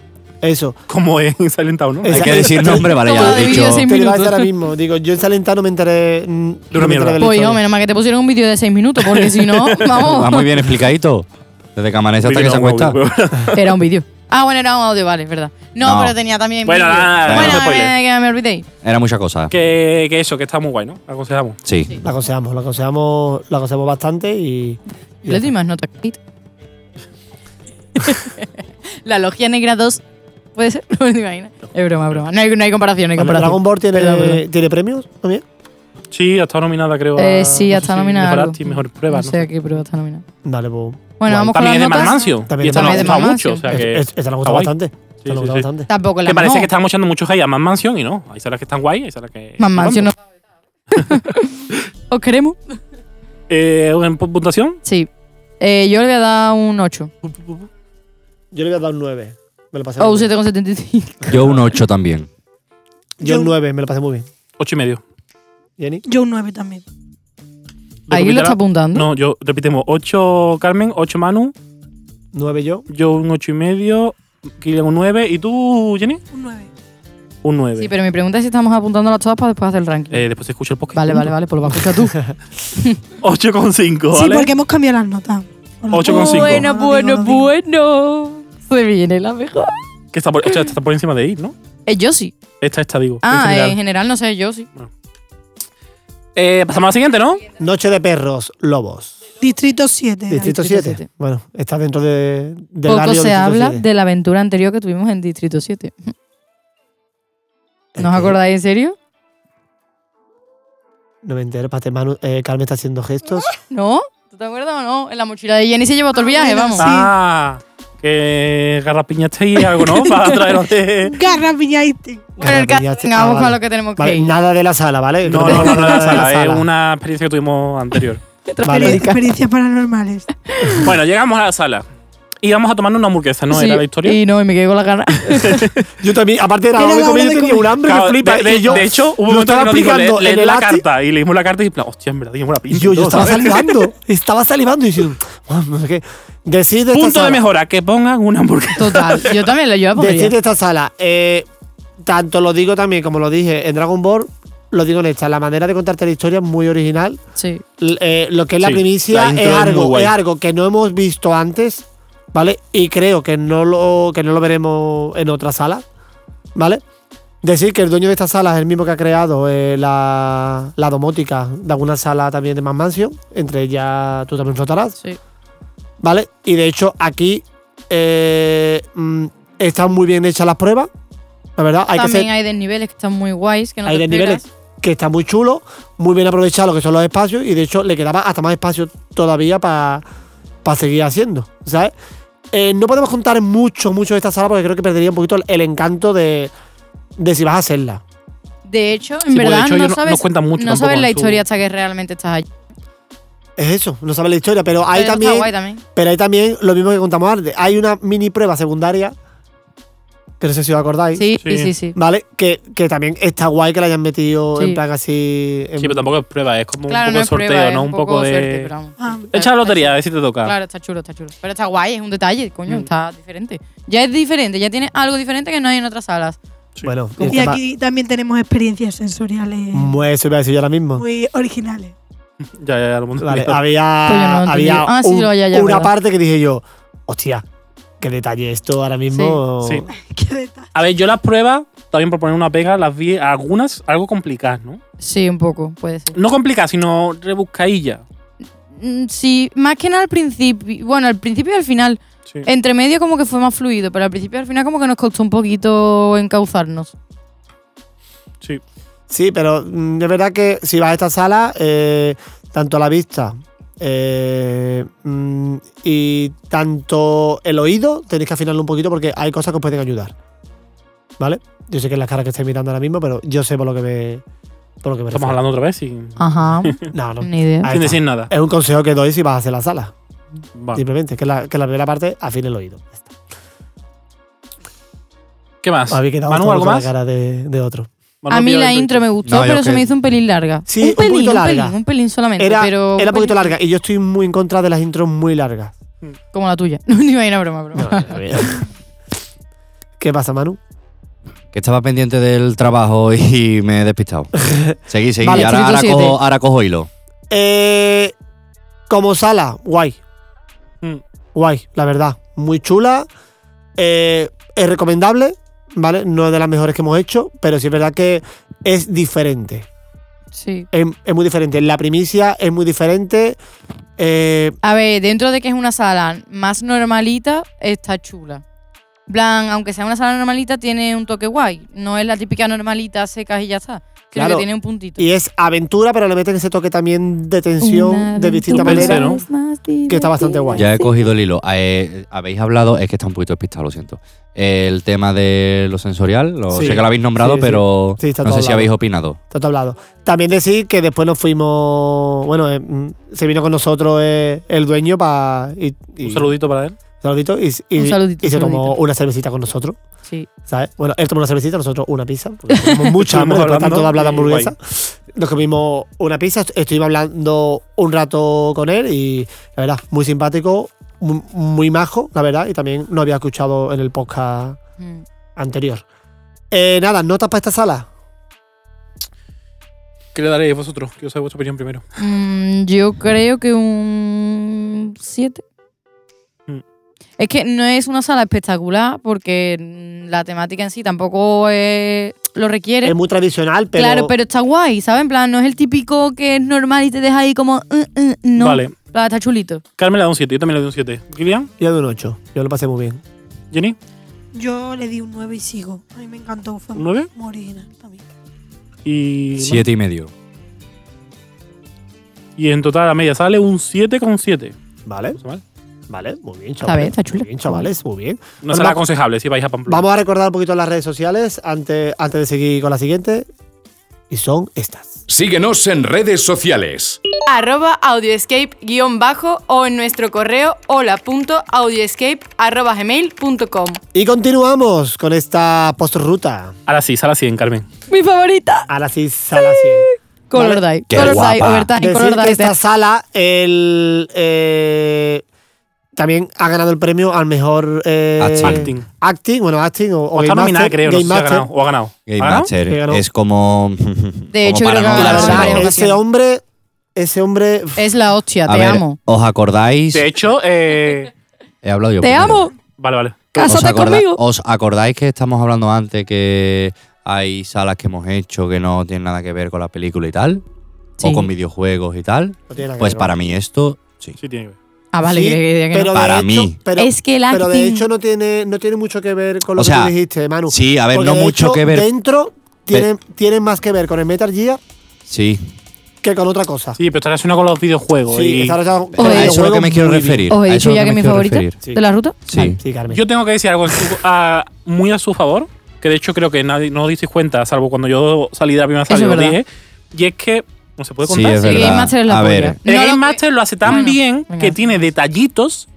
[SPEAKER 1] Eso.
[SPEAKER 2] Como en Silent Town, ¿no?
[SPEAKER 1] Exacto.
[SPEAKER 3] Hay
[SPEAKER 1] Esa-
[SPEAKER 3] que decir nombre, vale, ya
[SPEAKER 5] Como
[SPEAKER 3] lo he
[SPEAKER 5] de vídeo
[SPEAKER 3] dicho.
[SPEAKER 5] sin-
[SPEAKER 1] Te lo iba a
[SPEAKER 5] minutos.
[SPEAKER 1] decir ahora mismo. Digo, yo en Salentano me enteré. mm, no me
[SPEAKER 2] mierda.
[SPEAKER 1] enteré de la
[SPEAKER 5] pues
[SPEAKER 1] historia.
[SPEAKER 5] yo, menos mal que te pusieron un vídeo de seis minutos, porque si no, vamos,
[SPEAKER 3] Va muy bien explicadito. Desde que amanece hasta que se acuesta.
[SPEAKER 5] era un vídeo. Ah, bueno, era un audio, vale, es verdad. No,
[SPEAKER 3] No.
[SPEAKER 5] pero tenía también
[SPEAKER 2] Bueno,
[SPEAKER 5] vídeo.
[SPEAKER 2] nada,
[SPEAKER 3] nada,
[SPEAKER 5] bueno,
[SPEAKER 2] no se spoile.
[SPEAKER 5] eh, que me olvidé.
[SPEAKER 3] Era mucha cosa.
[SPEAKER 2] que, que eso, que está muy guay, ¿no? Aconsejamos.
[SPEAKER 3] Sí.
[SPEAKER 5] Sí.
[SPEAKER 1] La aconsejamos, la aconsejamos, la aconsejamos bastante y. y
[SPEAKER 5] Le doy más nota. Kate. La logia negra 2, ¿puede ser? No me lo imagino. Es broma, broma. No hay, no hay comparación, no hay
[SPEAKER 1] Vale,
[SPEAKER 5] comparación. Eh,
[SPEAKER 1] Dragon Ball tiene,
[SPEAKER 5] Perdón, perdón.
[SPEAKER 1] tiene premios también.
[SPEAKER 2] Sí, ha estado nominada, creo. a-
[SPEAKER 5] Eh, sí, ya
[SPEAKER 2] no
[SPEAKER 5] está
[SPEAKER 2] sé si
[SPEAKER 5] nominada.
[SPEAKER 2] Mejor
[SPEAKER 5] algo.
[SPEAKER 2] actriz, mejor prueba.
[SPEAKER 5] No
[SPEAKER 2] No
[SPEAKER 5] sé a qué prueba está nominada.
[SPEAKER 1] Dale, pues.
[SPEAKER 5] Bueno, vamos con
[SPEAKER 2] También es de
[SPEAKER 5] las notas.
[SPEAKER 2] Mancio.
[SPEAKER 1] También
[SPEAKER 2] Y esta
[SPEAKER 1] de
[SPEAKER 2] nos ha
[SPEAKER 1] Mad
[SPEAKER 2] gustado
[SPEAKER 5] Mansion.
[SPEAKER 2] mucho. O sea que.
[SPEAKER 1] Es- Esta nos
[SPEAKER 2] está
[SPEAKER 1] gusta
[SPEAKER 2] guay.
[SPEAKER 1] bastante.
[SPEAKER 2] Sí,
[SPEAKER 1] Esta nos
[SPEAKER 2] sí,
[SPEAKER 1] gusta
[SPEAKER 2] sí.
[SPEAKER 1] bastante.
[SPEAKER 5] Tampoco la
[SPEAKER 2] Que parece
[SPEAKER 5] mejor.
[SPEAKER 2] que estamos echando muchos hate a Mad Mansion y no. Hay salas que están guay, hay salas que.
[SPEAKER 5] Más mansión no. ¿Os queremos?
[SPEAKER 2] Eh, ¿En puntuación?
[SPEAKER 5] Sí. Eh, yo le voy a dar un 8.
[SPEAKER 1] Yo le voy a dar un 9. Me lo pasé
[SPEAKER 5] O
[SPEAKER 1] muy
[SPEAKER 5] un
[SPEAKER 1] bien.
[SPEAKER 5] 7,75.
[SPEAKER 3] Yo un 8 también.
[SPEAKER 1] Yo un
[SPEAKER 4] Yo-
[SPEAKER 1] 9, me lo pasé muy bien.
[SPEAKER 2] Ocho y medio.
[SPEAKER 1] Jenny.
[SPEAKER 4] Yo un 9 también.
[SPEAKER 5] Ahí lo
[SPEAKER 2] Repítela.
[SPEAKER 5] está apuntando.
[SPEAKER 2] No, yo repitemos. 8 Carmen, 8 Manu,
[SPEAKER 1] 9 yo.
[SPEAKER 2] yo un 8 y medio, Kilian un 9 y tú, Jenny,
[SPEAKER 4] Un 9.
[SPEAKER 2] un 9.
[SPEAKER 5] Sí, pero mi pregunta es si estamos apuntando las todas para después hacer el ranking.
[SPEAKER 2] Eh, después se escucha el podcast.
[SPEAKER 5] vale, vale, vale. Pues lo vas a escuchar tú.
[SPEAKER 2] 8,5,
[SPEAKER 4] Sí,
[SPEAKER 2] ¿vale?
[SPEAKER 4] porque hemos cambiado las notas. Hola.
[SPEAKER 2] Ocho con cinco.
[SPEAKER 5] bueno,
[SPEAKER 4] Hola,
[SPEAKER 5] bueno,
[SPEAKER 4] digo, hola,
[SPEAKER 5] bueno. Se viene la mejor.
[SPEAKER 2] Que está por, esta está por encima de ir, ¿no?
[SPEAKER 5] Eh, yo sí.
[SPEAKER 2] Esta, esta, digo. en
[SPEAKER 5] Ah, eh, en
[SPEAKER 2] general.
[SPEAKER 5] general, no sé, yo sí.
[SPEAKER 2] Eh, pasamos a la siguiente, ¿no?
[SPEAKER 1] Noche de perros, lobos.
[SPEAKER 4] Distrito 7. era.
[SPEAKER 1] Distrito
[SPEAKER 5] Distrito
[SPEAKER 1] 7.
[SPEAKER 5] siete.
[SPEAKER 1] Bueno, está dentro de, del
[SPEAKER 5] Poco
[SPEAKER 1] barrio
[SPEAKER 5] se
[SPEAKER 1] Distrito
[SPEAKER 5] habla
[SPEAKER 1] 7.
[SPEAKER 5] de la aventura anterior que tuvimos en Distrito 7. ¿Nos acordáis en serio?
[SPEAKER 1] No me entero, espérate, Manu, eh, Carmen está haciendo gestos.
[SPEAKER 5] ¿No? ¿Tú te acuerdas o no? En la mochila de Jenny se llevó todo el viaje,
[SPEAKER 4] bueno,
[SPEAKER 5] vamos.
[SPEAKER 4] sí.
[SPEAKER 2] Ah, que garrapiñaste y algo, ¿no? Para traeros de.
[SPEAKER 4] Garra piñaste.
[SPEAKER 5] Pero el
[SPEAKER 1] Carmen, ya-
[SPEAKER 5] casting, vamos
[SPEAKER 1] ah,
[SPEAKER 5] con
[SPEAKER 1] vale.
[SPEAKER 5] lo que tenemos que
[SPEAKER 1] Vale,
[SPEAKER 5] ir.
[SPEAKER 1] nada de la sala, ¿vale?
[SPEAKER 2] No, no, no, no,
[SPEAKER 1] Nada de la
[SPEAKER 2] es
[SPEAKER 1] sala.
[SPEAKER 2] una experiencia que tuvimos anterior.
[SPEAKER 1] Vale.
[SPEAKER 4] Experien- Experiencias paranormales.
[SPEAKER 2] Bueno, llegamos a la sala. Y vamos a tomarnos una hamburguesa, ¿no?
[SPEAKER 5] Sí,
[SPEAKER 2] Era la historia.
[SPEAKER 5] Y no, y me quedé con las ganas.
[SPEAKER 1] Yo también, aparte de la
[SPEAKER 4] Era
[SPEAKER 1] hora de
[SPEAKER 4] la
[SPEAKER 1] comer,
[SPEAKER 4] hora
[SPEAKER 1] yo
[SPEAKER 4] de
[SPEAKER 1] tenía un
[SPEAKER 4] comer.
[SPEAKER 1] hambre
[SPEAKER 2] Claro,
[SPEAKER 1] que flipa.
[SPEAKER 2] de, de
[SPEAKER 1] y yo,
[SPEAKER 2] de hecho, hubo
[SPEAKER 1] lo
[SPEAKER 2] un momento que
[SPEAKER 1] estaba
[SPEAKER 2] nos dijo,
[SPEAKER 1] aplicando
[SPEAKER 2] "Le-
[SPEAKER 1] en
[SPEAKER 2] leed
[SPEAKER 1] el
[SPEAKER 2] la
[SPEAKER 1] acti-
[SPEAKER 2] carta. Y leímos la carta y, en plan, hostia, en verdad, dijimos la
[SPEAKER 1] Y
[SPEAKER 2] pinta.
[SPEAKER 1] yo,
[SPEAKER 2] y
[SPEAKER 1] yo
[SPEAKER 2] todo,
[SPEAKER 1] estaba
[SPEAKER 2] ¿sabes?
[SPEAKER 1] salivando. estaba salivando y diciendo, no sé qué. Decide esta
[SPEAKER 2] Punto
[SPEAKER 1] sala.
[SPEAKER 2] de mejora, que pongan una hamburguesa.
[SPEAKER 5] Total, yo también lo llevo
[SPEAKER 1] Decir de
[SPEAKER 5] porque
[SPEAKER 1] esta sala, eh, tanto lo digo también como lo dije en Dragon Ball, lo digo en esta, la manera de contarte la historia es muy original.
[SPEAKER 5] Sí.
[SPEAKER 1] L- eh, lo que es la
[SPEAKER 2] Sí,
[SPEAKER 1] primicia
[SPEAKER 2] la intro
[SPEAKER 1] es,
[SPEAKER 2] es muy
[SPEAKER 1] algo,
[SPEAKER 2] guay.
[SPEAKER 1] es algo que no hemos visto antes, ¿vale? Y creo que no lo, que no lo veremos en otra sala, ¿vale? Decir que el dueño de esta sala es el mismo que ha creado eh, la, la domótica de alguna sala también de más mansión, entre ellas tú también flotarás.
[SPEAKER 5] Sí.
[SPEAKER 1] ¿Vale? Y de hecho, aquí eh, mm, están muy bien hechas las pruebas. La verdad, hay que
[SPEAKER 5] También
[SPEAKER 1] ser.
[SPEAKER 5] hay desniveles que están muy guays, que no
[SPEAKER 1] hay
[SPEAKER 5] te esperas.
[SPEAKER 1] desniveles que están muy chulos, muy bien aprovechados lo que son los espacios. Y de hecho, le quedaba hasta más espacio todavía para seguir haciendo. ¿Sabes? Eh, no podemos contar mucho, mucho de esta sala porque creo que perdería un poquito el, el encanto de, de si vas a hacerla.
[SPEAKER 5] De hecho, en
[SPEAKER 2] Sí, porque de
[SPEAKER 5] verdad
[SPEAKER 2] hecho
[SPEAKER 5] no
[SPEAKER 2] ellos no- no
[SPEAKER 5] sabes,
[SPEAKER 2] cuentan mucho
[SPEAKER 5] no
[SPEAKER 2] tampoco
[SPEAKER 5] sabes la
[SPEAKER 2] en su-
[SPEAKER 5] historia hasta que realmente estás allí.
[SPEAKER 1] Es eso, no sabes la historia, pero hay
[SPEAKER 5] Pero eso
[SPEAKER 1] también.
[SPEAKER 5] Está guay también.
[SPEAKER 1] Pero hay también lo mismo que contamos antes. Hay una mini prueba secundaria. Que no sé si os acordáis.
[SPEAKER 5] Sí, sí,
[SPEAKER 2] Sí.
[SPEAKER 5] sí. sí.
[SPEAKER 1] ¿Vale? Que, que también está guay que la hayan metido
[SPEAKER 5] Sí.
[SPEAKER 1] en plan así. en-
[SPEAKER 2] Sí, pero tampoco es prueba, es como
[SPEAKER 5] Claro,
[SPEAKER 2] un poco
[SPEAKER 5] no
[SPEAKER 2] de
[SPEAKER 5] es
[SPEAKER 2] sorteo,
[SPEAKER 5] prueba, es
[SPEAKER 2] ¿no? Un poco de.
[SPEAKER 5] suerte, pero vamos.
[SPEAKER 4] Ah,
[SPEAKER 2] Echa la lotería, a ver si te toca.
[SPEAKER 5] Claro, está chulo, está chulo. Pero está guay, es un detalle,
[SPEAKER 2] Mm.
[SPEAKER 5] coño, está diferente. Ya es diferente, ya tiene algo diferente que no hay en otras salas.
[SPEAKER 1] Bueno,
[SPEAKER 4] Y
[SPEAKER 1] está-
[SPEAKER 4] aquí también tenemos experiencias sensoriales
[SPEAKER 1] Muy- eso iba a decir yo ahora mismo.
[SPEAKER 4] muy originales.
[SPEAKER 2] Ya, ya, ya, lo monto.
[SPEAKER 1] Vale,
[SPEAKER 5] Pues yo no
[SPEAKER 1] había,
[SPEAKER 5] entendí.
[SPEAKER 1] había
[SPEAKER 5] Ah, sí,
[SPEAKER 1] un-
[SPEAKER 5] lo- ya, ya,
[SPEAKER 1] una
[SPEAKER 5] verdad.
[SPEAKER 1] parte que dije yo, hostia, qué detalle esto ahora mismo.
[SPEAKER 2] Sí.
[SPEAKER 4] Qué detalle.
[SPEAKER 2] A ver, yo las pruebas, también por poner una pega, las vi algunas algo complicadas, ¿no?
[SPEAKER 5] Sí, un poco, puede ser.
[SPEAKER 2] No complicadas, sino rebuscadillas.
[SPEAKER 5] Mm, Sí, más que nada al principio. Bueno, al principio y al final.
[SPEAKER 2] Sí.
[SPEAKER 1] Eh,
[SPEAKER 5] Entre medio como que fue más fluido, pero al principio y al final como que nos costó un poquito encauzarnos.
[SPEAKER 2] sí.
[SPEAKER 1] Sí, pero mm, es verdad que si vas a esta sala, eh, tanto la vista eh, mm, y tanto el oído, tenéis que afinarlo un poquito porque hay cosas que os pueden ayudar. ¿Vale? Yo sé que es la cara que estáis mirando ahora mismo, pero yo sé por lo que me, por lo que me refiero.
[SPEAKER 2] Estamos hablando otra vez sin,
[SPEAKER 5] Ajá,
[SPEAKER 1] No, no.
[SPEAKER 5] ni idea.
[SPEAKER 1] Ahí
[SPEAKER 2] sin
[SPEAKER 1] está.
[SPEAKER 2] decir nada.
[SPEAKER 1] Es un consejo que doy si vas a hacer la sala.
[SPEAKER 2] Vale.
[SPEAKER 1] Simplemente, que la, que la primera parte afine el oído.
[SPEAKER 2] ¿Qué más?
[SPEAKER 1] Habéis quedado
[SPEAKER 2] Manu,
[SPEAKER 1] todos
[SPEAKER 2] ¿algo
[SPEAKER 1] con
[SPEAKER 2] más?
[SPEAKER 1] la cara de, de otro.
[SPEAKER 2] Manu,
[SPEAKER 5] a mí
[SPEAKER 2] tío,
[SPEAKER 5] la
[SPEAKER 2] el-
[SPEAKER 5] intro me gustó,
[SPEAKER 3] No, yo
[SPEAKER 5] pero se
[SPEAKER 3] que-
[SPEAKER 5] me hizo un pelín larga.
[SPEAKER 1] Sí,
[SPEAKER 5] un,
[SPEAKER 1] un
[SPEAKER 5] pelín,
[SPEAKER 1] poquito
[SPEAKER 5] un
[SPEAKER 1] larga.
[SPEAKER 5] pelín, un pelín solamente.
[SPEAKER 1] Era,
[SPEAKER 5] pero
[SPEAKER 1] era un poquito
[SPEAKER 5] pelín,
[SPEAKER 1] larga y yo estoy muy en contra de las intros muy largas.
[SPEAKER 5] Como la tuya. No, ni una broma, broma.
[SPEAKER 1] ¿Qué pasa, Manu?
[SPEAKER 3] Que estaba pendiente del trabajo y me he despistado. seguí, seguí.
[SPEAKER 1] Vale,
[SPEAKER 3] ahora, ahora
[SPEAKER 5] Distrito
[SPEAKER 3] cojo,
[SPEAKER 5] siete.
[SPEAKER 3] ahora cojo hilo.
[SPEAKER 1] Eh, como sala, guay,
[SPEAKER 2] Mm.
[SPEAKER 1] guay, la verdad. Muy chula. eh, es recomendable, ¿vale? No es de las mejores que hemos hecho, pero sí es verdad que es diferente.
[SPEAKER 5] Sí.
[SPEAKER 1] Es, es muy diferente. La primicia es muy diferente. eh,
[SPEAKER 5] A ver, dentro de que es una sala más normalita, está chula. En plan, aunque sea una sala normalita, tiene un toque guay. No es la típica normalita secas y ya está. Creo
[SPEAKER 1] Claro.
[SPEAKER 5] que tiene un puntito.
[SPEAKER 1] y es aventura, pero le meten ese toque también de tensión de distinta
[SPEAKER 2] aventura
[SPEAKER 1] manera.
[SPEAKER 2] ¿no?
[SPEAKER 1] que está bastante guay.
[SPEAKER 3] Ya he cogido el hilo. Eh, habéis hablado, es que está un poquito despistado, lo siento. El tema de lo sensorial, lo
[SPEAKER 1] Sí,
[SPEAKER 3] sé que lo habéis nombrado,
[SPEAKER 1] sí, sí.
[SPEAKER 3] pero
[SPEAKER 1] Sí, está
[SPEAKER 3] no sé
[SPEAKER 1] todo
[SPEAKER 3] si
[SPEAKER 1] hablado.
[SPEAKER 3] habéis opinado.
[SPEAKER 1] Está todo hablado. También decir que después nos fuimos. Bueno, eh, mm, se vino con nosotros eh, el dueño para. Y, y-
[SPEAKER 2] Un saludito para él.
[SPEAKER 1] saludito, y, y-
[SPEAKER 5] Un saludito,
[SPEAKER 1] y se tomó
[SPEAKER 5] saludito.
[SPEAKER 1] una cervecita con nosotros,
[SPEAKER 5] Sí.
[SPEAKER 1] ¿sabes? Bueno, él tomó una cervecita, nosotros una pizza. Porque comimos mucha hambre,
[SPEAKER 2] Estuvimos
[SPEAKER 1] después de tanto de hablar de
[SPEAKER 2] hablando Eh, y
[SPEAKER 1] hamburguesa. Nos comimos una pizza, est- estuvimos hablando un rato con él y la verdad, muy simpático, mu- muy, majo, la verdad, y también no había escuchado en el podcast
[SPEAKER 5] Mm.
[SPEAKER 1] anterior. Eh, nada, notas para esta sala.
[SPEAKER 2] ¿Qué le daréis vosotros? Quiero saber vuestra opinión primero.
[SPEAKER 5] Mm, yo creo que un 7.
[SPEAKER 2] Mm.
[SPEAKER 5] Es que no es una sala espectacular porque mm, la temática en sí tampoco es- lo requiere.
[SPEAKER 1] Es muy tradicional, pero.
[SPEAKER 5] claro, pero está guay, ¿sabes? En plan, no es el típico que es normal y te deja ahí como... "Uh, uh", no,
[SPEAKER 2] Vale.
[SPEAKER 5] plan, está chulito.
[SPEAKER 2] Carmen le da un 7, yo también le doy un 7. Kilian,
[SPEAKER 1] Yo de un 8. Yo lo pasé muy bien.
[SPEAKER 2] Jenny,
[SPEAKER 4] Yo le di un 9 y sigo. A mí me encantó. Fue
[SPEAKER 2] ¿Un nueve?
[SPEAKER 4] muy original también.
[SPEAKER 2] y.
[SPEAKER 3] Siete y medio.
[SPEAKER 2] Y en total la media sale un 7 con 7.
[SPEAKER 1] Vale,
[SPEAKER 2] Está mal.
[SPEAKER 1] vale, muy bien, chavales.
[SPEAKER 5] bien, está chulo.
[SPEAKER 1] Muy bien, chavales, muy bien.
[SPEAKER 2] No
[SPEAKER 1] Bueno,
[SPEAKER 2] será
[SPEAKER 1] va-
[SPEAKER 2] aconsejable si vais a Pamplona.
[SPEAKER 1] Vamos a recordar un poquito las redes sociales antes, antes de seguir con la siguiente. Y son estas.
[SPEAKER 6] Síguenos en redes sociales.
[SPEAKER 7] arroba audioescape guión bajo o en nuestro correo hola.audioescape arroba gmail.com.
[SPEAKER 1] Y continuamos con esta postruta.
[SPEAKER 2] Ahora sí, sale a 100, Carmen.
[SPEAKER 5] Mi favorita.
[SPEAKER 1] Ahora sí, sala 100.
[SPEAKER 5] Color
[SPEAKER 1] Vale.
[SPEAKER 5] Dye.
[SPEAKER 3] Qué
[SPEAKER 5] Color Dye,
[SPEAKER 3] guapa.
[SPEAKER 5] Overtime,
[SPEAKER 1] Decir
[SPEAKER 5] Color
[SPEAKER 1] que
[SPEAKER 5] Dye.
[SPEAKER 1] esta sala el, eh, también ha ganado el premio al mejor eh,
[SPEAKER 3] Acting.
[SPEAKER 2] Acting.
[SPEAKER 1] acting, Bueno, acting o, o
[SPEAKER 2] O, está
[SPEAKER 1] Game
[SPEAKER 2] nominada,
[SPEAKER 1] Master,
[SPEAKER 2] creo. No sé
[SPEAKER 1] Game
[SPEAKER 2] si ha ganado.
[SPEAKER 1] Master.
[SPEAKER 2] O ha ganado.
[SPEAKER 3] Game
[SPEAKER 2] ¿Ha ganado?
[SPEAKER 3] Master.
[SPEAKER 1] Que ganó.
[SPEAKER 3] Es como. como
[SPEAKER 5] hecho,
[SPEAKER 3] para
[SPEAKER 5] creo
[SPEAKER 3] no
[SPEAKER 1] Y
[SPEAKER 3] Eh,
[SPEAKER 5] que
[SPEAKER 1] la
[SPEAKER 5] Ah,
[SPEAKER 3] darse
[SPEAKER 5] ganó.
[SPEAKER 1] verdad,
[SPEAKER 5] sí,
[SPEAKER 1] ese
[SPEAKER 5] sí.
[SPEAKER 1] hombre, ese hombre
[SPEAKER 5] Es la hostia,
[SPEAKER 3] A
[SPEAKER 5] te
[SPEAKER 3] ver,
[SPEAKER 5] amo.
[SPEAKER 3] ¿os acordáis?
[SPEAKER 2] De hecho, eh,
[SPEAKER 3] He hablado yo.
[SPEAKER 5] Te
[SPEAKER 3] primero.
[SPEAKER 5] amo.
[SPEAKER 2] vale, vale.
[SPEAKER 5] Cásate
[SPEAKER 3] acorda-
[SPEAKER 5] conmigo.
[SPEAKER 3] ¿Os acordáis que estamos hablando antes que hay salas que hemos hecho que no tienen nada que ver con la película y tal?
[SPEAKER 5] Sí.
[SPEAKER 3] O con videojuegos y tal.
[SPEAKER 1] no tiene nada que
[SPEAKER 3] Pues
[SPEAKER 1] ver,
[SPEAKER 3] para
[SPEAKER 1] ¿no?
[SPEAKER 3] mí esto, sí.
[SPEAKER 2] Sí, tiene que ver.
[SPEAKER 5] Ah, vale,
[SPEAKER 1] Sí,
[SPEAKER 5] que- que- que no.
[SPEAKER 1] pero de
[SPEAKER 3] Para
[SPEAKER 1] hecho-
[SPEAKER 3] mí.
[SPEAKER 1] pero-
[SPEAKER 5] es que el
[SPEAKER 1] Pero de
[SPEAKER 5] acting-
[SPEAKER 1] hecho no tiene, no tiene mucho que ver con lo
[SPEAKER 3] O sea,
[SPEAKER 1] que tú dijiste, Manu.
[SPEAKER 3] Sí, a ver,
[SPEAKER 1] Porque
[SPEAKER 3] no
[SPEAKER 1] de
[SPEAKER 3] mucho
[SPEAKER 1] hecho,
[SPEAKER 3] que ver.
[SPEAKER 1] Dentro tienen, tienen más que ver con el Metal Gear
[SPEAKER 3] Sí,
[SPEAKER 1] que con otra cosa.
[SPEAKER 2] Sí, pero está relacionado con los videojuegos.
[SPEAKER 1] Sí,
[SPEAKER 2] y-
[SPEAKER 1] está relacionado con
[SPEAKER 5] O
[SPEAKER 1] el
[SPEAKER 3] a eso es lo
[SPEAKER 1] juego
[SPEAKER 3] que me quiero
[SPEAKER 1] muy
[SPEAKER 3] referir.
[SPEAKER 5] Os he
[SPEAKER 3] a
[SPEAKER 5] dicho
[SPEAKER 3] eso es
[SPEAKER 5] ya
[SPEAKER 3] lo
[SPEAKER 5] que
[SPEAKER 3] me
[SPEAKER 5] mi
[SPEAKER 3] quiero
[SPEAKER 5] favorita
[SPEAKER 3] referir.
[SPEAKER 1] Sí.
[SPEAKER 5] de la ruta.
[SPEAKER 3] Sí.
[SPEAKER 1] bien. Sí, Carmen.
[SPEAKER 2] Yo tengo que decir algo en su- a- muy a su favor, que de hecho creo que nadie no os disteis cuenta, salvo cuando yo salí de la primera sala,
[SPEAKER 5] Eso
[SPEAKER 2] yo
[SPEAKER 5] es
[SPEAKER 2] lo
[SPEAKER 5] verdad.
[SPEAKER 2] dije. Y es que. ¿No se puede
[SPEAKER 3] Sí,
[SPEAKER 2] contar?
[SPEAKER 3] es
[SPEAKER 5] El
[SPEAKER 3] verdad.
[SPEAKER 5] Game Master es la
[SPEAKER 3] a
[SPEAKER 5] polla.
[SPEAKER 3] ver,
[SPEAKER 2] El
[SPEAKER 5] No lo
[SPEAKER 2] Game
[SPEAKER 5] cu-
[SPEAKER 2] Master lo hace tan
[SPEAKER 5] Bueno,
[SPEAKER 2] bien
[SPEAKER 5] venga.
[SPEAKER 2] que tiene detallitos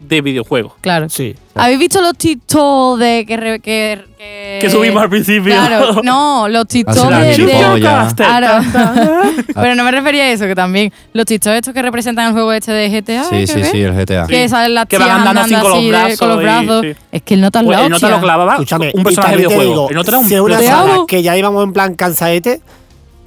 [SPEAKER 2] de videojuegos.
[SPEAKER 5] Claro.
[SPEAKER 1] Sí.
[SPEAKER 5] ¿Habéis visto los TikTok de que, re- que, que.
[SPEAKER 2] Que subimos al principio.
[SPEAKER 5] Claro, no, los TikTok
[SPEAKER 3] Hace
[SPEAKER 5] de.
[SPEAKER 3] la
[SPEAKER 5] de-
[SPEAKER 3] gilipollas.
[SPEAKER 5] Claro. Pero no me refería a eso, que también. Los TikTok estos que representan el juego este de GTA.
[SPEAKER 3] sí,
[SPEAKER 5] que
[SPEAKER 3] sí,
[SPEAKER 5] ves,
[SPEAKER 3] sí, el GTA.
[SPEAKER 5] Que
[SPEAKER 2] Sí.
[SPEAKER 5] salen las
[SPEAKER 2] Que van
[SPEAKER 5] tías
[SPEAKER 2] andando
[SPEAKER 5] andando,
[SPEAKER 2] así con los
[SPEAKER 5] así de- con los
[SPEAKER 2] brazos y-
[SPEAKER 5] brazos.
[SPEAKER 2] sí.
[SPEAKER 5] Es que el nota es
[SPEAKER 2] Pues
[SPEAKER 5] la
[SPEAKER 2] el nota
[SPEAKER 5] hostia.
[SPEAKER 2] lo clavaba
[SPEAKER 1] Escúchame,
[SPEAKER 2] un
[SPEAKER 1] y
[SPEAKER 2] personaje de
[SPEAKER 1] también te
[SPEAKER 2] videojuego.
[SPEAKER 1] digo,
[SPEAKER 2] El nota era un
[SPEAKER 1] si es una
[SPEAKER 5] Te
[SPEAKER 2] personaje.
[SPEAKER 1] sala
[SPEAKER 5] amo.
[SPEAKER 1] que ya íbamos en plan cansaete,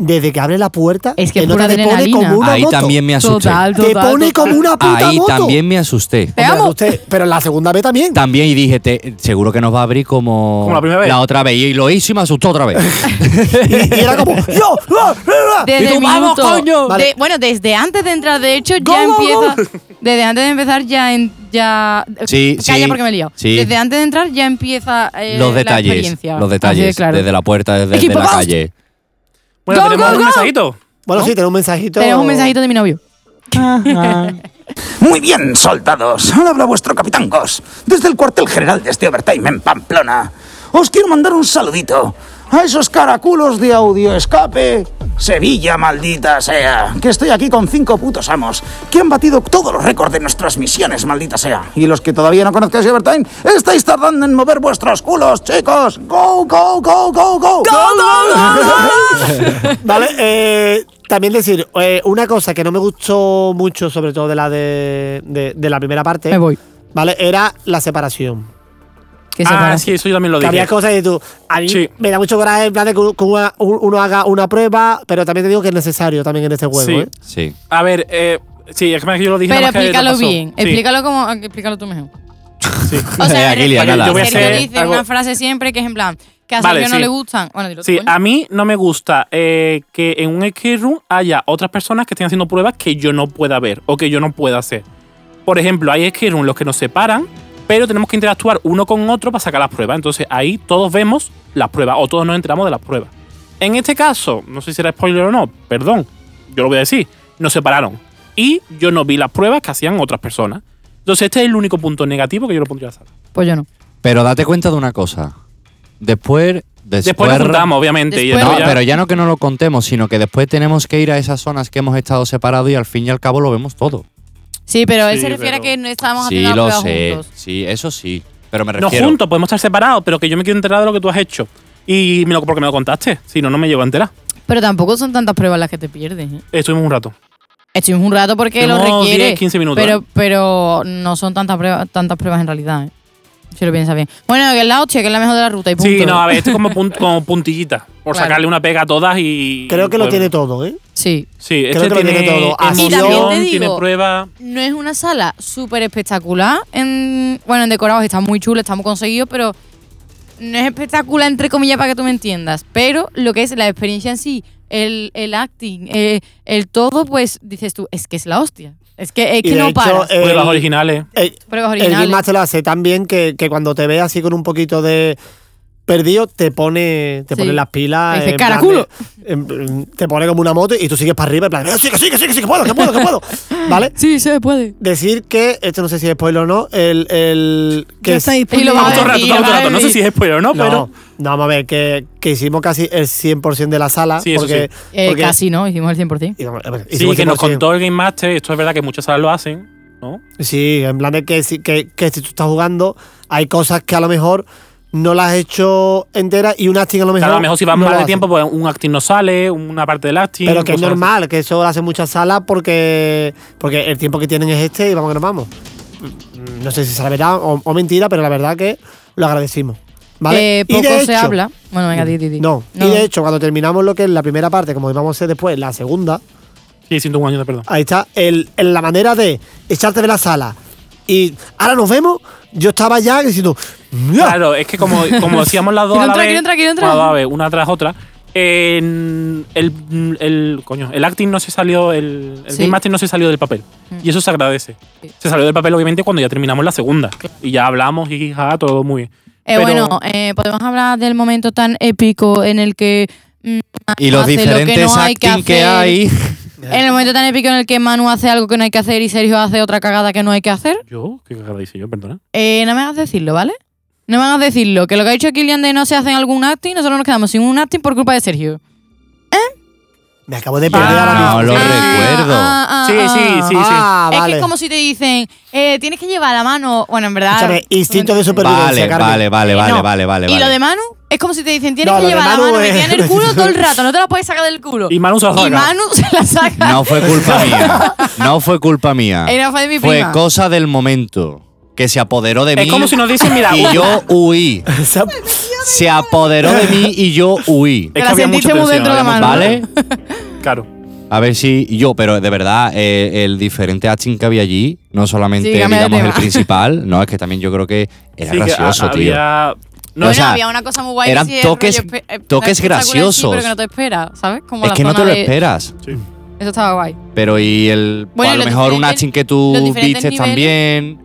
[SPEAKER 1] desde que abre la puerta,
[SPEAKER 5] Es que
[SPEAKER 1] el
[SPEAKER 5] es pura
[SPEAKER 1] nota te pone
[SPEAKER 5] adrenalina.
[SPEAKER 1] como una
[SPEAKER 3] Ahí
[SPEAKER 1] moto.
[SPEAKER 3] también me asusté.
[SPEAKER 5] Total,
[SPEAKER 1] te
[SPEAKER 5] total,
[SPEAKER 1] pone
[SPEAKER 5] total.
[SPEAKER 1] como una puta
[SPEAKER 3] Ahí
[SPEAKER 1] moto.
[SPEAKER 3] también me asusté.
[SPEAKER 5] Te
[SPEAKER 1] Hombre,
[SPEAKER 5] amo.
[SPEAKER 1] usted- pero en la segunda vez también.
[SPEAKER 3] También y dije, te- seguro que nos va a abrir como,
[SPEAKER 2] Como la primera vez.
[SPEAKER 3] otra vez. Y lo hizo y me asustó otra vez.
[SPEAKER 1] Y, y era como, ¡yo! ¡ah, ah, ah!
[SPEAKER 5] Desde
[SPEAKER 3] Y tú,
[SPEAKER 5] el
[SPEAKER 3] "Vamos,
[SPEAKER 5] minuto-
[SPEAKER 3] coño".
[SPEAKER 5] de-
[SPEAKER 1] Vale.
[SPEAKER 5] bueno, desde antes de entrar, de hecho,
[SPEAKER 1] Go,
[SPEAKER 5] ya
[SPEAKER 1] go, go.
[SPEAKER 5] empieza. Desde antes de empezar, ya. En, ya
[SPEAKER 3] Sí,
[SPEAKER 5] Calla
[SPEAKER 3] sí,
[SPEAKER 5] porque me he liado.
[SPEAKER 3] sí.
[SPEAKER 5] Desde antes de entrar, ya empieza. eh,
[SPEAKER 3] los
[SPEAKER 5] La
[SPEAKER 3] detalles.
[SPEAKER 5] experiencia.
[SPEAKER 3] Los
[SPEAKER 5] Así de
[SPEAKER 3] detalles.
[SPEAKER 5] claro.
[SPEAKER 3] Desde la puerta, desde,
[SPEAKER 5] Equipo
[SPEAKER 3] la
[SPEAKER 5] Ghost.
[SPEAKER 3] calle.
[SPEAKER 2] Bueno,
[SPEAKER 5] Go,
[SPEAKER 2] tenemos
[SPEAKER 5] go,
[SPEAKER 2] un
[SPEAKER 5] go.
[SPEAKER 2] mensajito.
[SPEAKER 1] Bueno, sí, tenemos un mensajito.
[SPEAKER 5] Tenemos un mensajito de mi novio.
[SPEAKER 8] Muy bien, soldados. Ahora habla vuestro capitán Goss, desde el cuartel general de este Overtime en Pamplona. Os quiero mandar un saludito a esos caraculos de audio escape. Sevilla, maldita sea, que estoy aquí con cinco putos amos que han batido todos los récords de nuestras misiones, maldita sea. Y los que todavía no conozcáis Overtime, estáis tardando en mover vuestros culos, chicos. ¡Go, go, go, go, go! ¡Go,
[SPEAKER 1] Vale, eh, también decir, eh, una cosa que no me gustó mucho, sobre todo de la de, de, de la primera parte,
[SPEAKER 5] Me voy.
[SPEAKER 1] ¿vale? Era la separación.
[SPEAKER 5] Que se
[SPEAKER 2] Ah,
[SPEAKER 5] para.
[SPEAKER 2] sí, eso yo también lo
[SPEAKER 1] Que había
[SPEAKER 2] dije.
[SPEAKER 1] cosas y tú. A mí
[SPEAKER 2] Sí.
[SPEAKER 1] me da mucho coraje en plan de que uno- que una- un- uno haga una prueba, pero también te digo que es necesario también en este juego,
[SPEAKER 2] Sí.
[SPEAKER 1] ¿eh?
[SPEAKER 3] Sí.
[SPEAKER 2] A ver, eh, sí, es que yo lo dije.
[SPEAKER 5] Pero
[SPEAKER 2] nada más que te
[SPEAKER 5] explícalo
[SPEAKER 2] pasó.
[SPEAKER 5] bien.
[SPEAKER 2] Sí.
[SPEAKER 5] Explícalo como. Explícalo tú mejor.
[SPEAKER 2] Sí.
[SPEAKER 5] O sea,
[SPEAKER 3] Eh, Aquilia,
[SPEAKER 5] me
[SPEAKER 3] nada.
[SPEAKER 5] refiero
[SPEAKER 2] Yo voy a
[SPEAKER 5] a que
[SPEAKER 2] hacer
[SPEAKER 5] dice
[SPEAKER 2] algo-
[SPEAKER 5] una frase siempre que es en plan. Que a
[SPEAKER 2] Vale,
[SPEAKER 5] Sergio no
[SPEAKER 2] sí.
[SPEAKER 5] le gustan. Bueno, dilo tú,
[SPEAKER 2] Sí,
[SPEAKER 5] coño.
[SPEAKER 2] a mí no me gusta eh, que en un escape room haya otras personas que estén haciendo pruebas que yo no pueda ver o que yo no pueda hacer. Por ejemplo, hay escape rooms en los que nos separan, pero tenemos que interactuar uno con otro para sacar las pruebas. Entonces ahí todos vemos las pruebas o todos nos enteramos de las pruebas. En este caso, no sé si será spoiler o no, perdón, yo lo voy a decir, nos separaron y yo no vi las pruebas que hacían otras personas. Entonces este es el único punto negativo que yo le pondría a la sala.
[SPEAKER 5] Pues yo no.
[SPEAKER 3] Pero date cuenta de una cosa. Después. Después,
[SPEAKER 2] Después nos juntamos, obviamente. y
[SPEAKER 5] Después-
[SPEAKER 3] No,
[SPEAKER 2] después ya-
[SPEAKER 3] pero ya no que no lo contemos, sino que después tenemos que ir a esas zonas que hemos estado separados y al fin y al cabo lo vemos todo.
[SPEAKER 5] Sí, pero él
[SPEAKER 2] Sí,
[SPEAKER 5] se refiere
[SPEAKER 2] pero-
[SPEAKER 5] a que no estábamos
[SPEAKER 3] sí,
[SPEAKER 5] haciendo
[SPEAKER 3] lo
[SPEAKER 5] las pruebas
[SPEAKER 3] sé.
[SPEAKER 5] juntos.
[SPEAKER 3] Sí, eso sí. Pero me
[SPEAKER 2] No
[SPEAKER 3] refiero.
[SPEAKER 2] juntos, podemos estar separados, pero que yo me quiero enterar de lo que tú has hecho. Y me lo, porque me lo contaste. Si no, no me llevo a enterar.
[SPEAKER 5] Pero tampoco son tantas pruebas las que te pierdes. ¿eh?
[SPEAKER 2] Estuvimos un rato.
[SPEAKER 5] Estuvimos un rato porque lo
[SPEAKER 2] Estuvimos
[SPEAKER 5] requiere.
[SPEAKER 2] 10, 15 minutos,
[SPEAKER 1] ¿eh?
[SPEAKER 5] Pero, pero no son tantas pruebas, tantas pruebas en realidad. ¿eh? Si lo piensas bien. Bueno, que es la hostia, que es la mejor de la ruta y punto.
[SPEAKER 2] Sí, no, a ver, esto es como, punt- como puntillita. Por
[SPEAKER 5] Claro.
[SPEAKER 2] sacarle una pega a todas y.
[SPEAKER 1] Creo que lo
[SPEAKER 2] pues,
[SPEAKER 1] tiene todo, ¿eh?
[SPEAKER 5] Sí.
[SPEAKER 2] Sí,
[SPEAKER 1] Creo
[SPEAKER 2] este
[SPEAKER 1] que lo
[SPEAKER 2] tiene,
[SPEAKER 1] tiene todo.
[SPEAKER 2] Emoción,
[SPEAKER 5] Y también te
[SPEAKER 2] tiene
[SPEAKER 5] digo-
[SPEAKER 2] prueba.
[SPEAKER 5] no es una sala súper espectacular. En, bueno, en decorados está muy chulo, está muy conseguido, pero no es espectacular, entre comillas, para que tú me entiendas. Pero lo que es la experiencia en sí el, el acting, eh, el todo, pues dices tú, es que es la hostia. Es que, es
[SPEAKER 1] Y
[SPEAKER 5] que
[SPEAKER 1] de
[SPEAKER 5] no
[SPEAKER 1] hecho,
[SPEAKER 5] paras.
[SPEAKER 1] eh,
[SPEAKER 2] Pruebas originales.
[SPEAKER 1] El,
[SPEAKER 5] Pruebas
[SPEAKER 1] el Game
[SPEAKER 5] originales.
[SPEAKER 1] Master lo hace tan bien que, que cuando te ve así con un poquito de perdido, te pone, te
[SPEAKER 5] Sí.
[SPEAKER 1] pone las pilas.
[SPEAKER 5] Dice,
[SPEAKER 1] en plan
[SPEAKER 5] "Caraculo".
[SPEAKER 1] de- en- te pone como una moto y tú sigues para arriba. En plan, "Eh, sí, que sí, que sí, que sí, que puedo, que puedo, que puedo. ¿Vale?
[SPEAKER 5] Sí, se puede.
[SPEAKER 1] Decir que, esto no sé si es spoiler o no, el. el que
[SPEAKER 4] Ya está
[SPEAKER 5] Y lo
[SPEAKER 4] disponible.
[SPEAKER 5] va
[SPEAKER 2] Estamos
[SPEAKER 5] a
[SPEAKER 2] todo el rato,
[SPEAKER 5] decir,
[SPEAKER 2] estamos todo el
[SPEAKER 5] va a
[SPEAKER 2] rato. No sé si
[SPEAKER 5] decir.
[SPEAKER 2] es spoiler o no,
[SPEAKER 1] No,
[SPEAKER 2] pero.
[SPEAKER 1] no, vamos a ver, que, que hicimos casi el 100% de la sala.
[SPEAKER 2] Sí, eso
[SPEAKER 1] porque,
[SPEAKER 5] Eh,
[SPEAKER 1] porque-
[SPEAKER 5] casi no, hicimos el 100%.
[SPEAKER 1] hicimos- a ver,
[SPEAKER 2] Sí,
[SPEAKER 1] hicimos
[SPEAKER 2] que nos
[SPEAKER 1] 100%.
[SPEAKER 2] contó el Game Master. Esto es verdad que muchas salas lo hacen, ¿no?
[SPEAKER 1] Sí, en plan de que, si- que, que si tú estás jugando, hay cosas que a lo mejor no las has hecho enteras y un acting a lo mejor.
[SPEAKER 2] Claro, a Pues lo mejor si vas
[SPEAKER 1] no
[SPEAKER 2] mal
[SPEAKER 1] lo
[SPEAKER 2] de
[SPEAKER 1] hace.
[SPEAKER 2] tiempo, pues un acting no sale, una parte del acting.
[SPEAKER 1] Pero que es
[SPEAKER 2] cosas así.
[SPEAKER 1] normal, que eso lo hacen muchas salas porque, porque el tiempo que tienen es este y vamos que nos vamos. Mm, No sé si será verdad o, o mentira, pero la verdad que lo agradecimos. ¿Vale?
[SPEAKER 5] Eh,
[SPEAKER 1] Y de
[SPEAKER 5] poco se
[SPEAKER 1] hecho-
[SPEAKER 5] habla. Bueno, venga, di, di, di.
[SPEAKER 1] No. y de hecho, cuando terminamos lo que es la primera parte, como íbamos a hacer después, la segunda,
[SPEAKER 2] Sí, siento un año de perdón.
[SPEAKER 1] Ahí está, el, el- la manera de echarte de la sala y ahora nos vemos. Yo estaba ya diciendo, "Mira".
[SPEAKER 2] Claro, es que como, como decíamos las dos
[SPEAKER 5] Quiero
[SPEAKER 2] a la
[SPEAKER 5] entrar,
[SPEAKER 2] vez,
[SPEAKER 5] quiero entrar, quiero entrar.
[SPEAKER 2] bueno, dos a la vez, una tras otra, en el, el- coño, el acting no se salió, el, el
[SPEAKER 5] Sí. Mm.
[SPEAKER 2] game master no se salió del papel. Y eso se agradece. Se salió del papel, obviamente, cuando ya terminamos la segunda. Y ya hablamos y ja, todo muy bien.
[SPEAKER 5] Eh,
[SPEAKER 2] Pero-
[SPEAKER 5] bueno, eh, podemos hablar del momento tan épico en el que. mm,
[SPEAKER 3] Y los
[SPEAKER 5] hace lo que
[SPEAKER 3] diferentes
[SPEAKER 5] no hay que
[SPEAKER 3] acting que
[SPEAKER 5] hacer.
[SPEAKER 3] hay.
[SPEAKER 5] En el momento tan épico en el que Manu hace algo que no hay que hacer y Sergio hace otra cagada que no hay que hacer.
[SPEAKER 2] ¿Yo? ¿Qué cagada hice yo? Perdona.
[SPEAKER 5] Eh, no me hagas decirlo, ¿vale? No me hagas decirlo. Que lo que ha dicho Kilian de no se hacen algún acting, nosotros nos quedamos sin un acting por culpa de Sergio.
[SPEAKER 1] me acabo de perder ahora mismo.
[SPEAKER 3] No lo
[SPEAKER 5] Ah,
[SPEAKER 3] recuerdo.
[SPEAKER 5] ah, ah,
[SPEAKER 2] Sí,
[SPEAKER 5] ah.
[SPEAKER 2] sí, sí.
[SPEAKER 1] Ah,
[SPEAKER 5] es
[SPEAKER 1] vale.
[SPEAKER 5] que es como si te dicen, eh, tienes que llevar la mano. Bueno, en verdad.
[SPEAKER 1] Escúchame, instinto de supervivencia,
[SPEAKER 3] Vale,
[SPEAKER 1] Carmen.
[SPEAKER 3] vale, vale,
[SPEAKER 5] Eh,
[SPEAKER 3] vale,
[SPEAKER 5] no.
[SPEAKER 3] vale, vale.
[SPEAKER 5] Y lo
[SPEAKER 3] vale.
[SPEAKER 5] de Manu es como si te dicen, tienes
[SPEAKER 1] No,
[SPEAKER 5] que
[SPEAKER 1] lo de
[SPEAKER 5] llevar la
[SPEAKER 1] Manu
[SPEAKER 5] mano
[SPEAKER 1] es-
[SPEAKER 5] metida en el culo todo el rato, no te la puedes sacar del culo.
[SPEAKER 2] Y Manu se la
[SPEAKER 5] Y
[SPEAKER 2] saca.
[SPEAKER 5] Manu se la saca.
[SPEAKER 3] No fue culpa mía. No fue culpa mía.
[SPEAKER 5] Era fue de mi
[SPEAKER 3] Fue
[SPEAKER 5] prima.
[SPEAKER 3] cosa del momento que se apoderó de mí.
[SPEAKER 2] Es como si nos dicen, mira,
[SPEAKER 3] y
[SPEAKER 2] uh,
[SPEAKER 3] yo huí.
[SPEAKER 1] O sea,
[SPEAKER 3] Se apoderó de mí y yo huí.
[SPEAKER 2] es
[SPEAKER 5] la
[SPEAKER 2] que había
[SPEAKER 5] sentiste
[SPEAKER 2] mucha
[SPEAKER 5] muy
[SPEAKER 2] tensión,
[SPEAKER 5] dentro de
[SPEAKER 2] había
[SPEAKER 5] la
[SPEAKER 2] mucha-
[SPEAKER 5] mano.
[SPEAKER 3] ¿Vale?
[SPEAKER 2] Claro.
[SPEAKER 3] A ver si yo, pero de verdad, eh, el diferente acting que había allí, no solamente
[SPEAKER 5] Sí, cambia de
[SPEAKER 3] digamos el
[SPEAKER 5] tema.
[SPEAKER 3] principal, no, es que también yo creo que era
[SPEAKER 2] Sí, que
[SPEAKER 3] gracioso,
[SPEAKER 2] ha-
[SPEAKER 3] tío.
[SPEAKER 2] había- No,
[SPEAKER 3] O sea,
[SPEAKER 5] había una cosa muy guay. que
[SPEAKER 3] eran
[SPEAKER 5] sí es
[SPEAKER 3] toques-
[SPEAKER 5] rollo espe- eh,
[SPEAKER 3] toques
[SPEAKER 5] espectacular en sí,
[SPEAKER 3] graciosos.
[SPEAKER 5] pero que no te espera, ¿sabes? Como
[SPEAKER 3] es
[SPEAKER 5] la
[SPEAKER 3] que no
[SPEAKER 5] zona
[SPEAKER 3] te lo
[SPEAKER 5] de-
[SPEAKER 3] esperas.
[SPEAKER 5] Eso estaba guay.
[SPEAKER 3] Pero y el. pues,
[SPEAKER 5] Bueno,
[SPEAKER 3] a
[SPEAKER 5] y
[SPEAKER 3] lo
[SPEAKER 5] los
[SPEAKER 3] mejor un
[SPEAKER 5] diferentes-
[SPEAKER 3] acting que tú
[SPEAKER 5] los diferentes
[SPEAKER 3] viste también.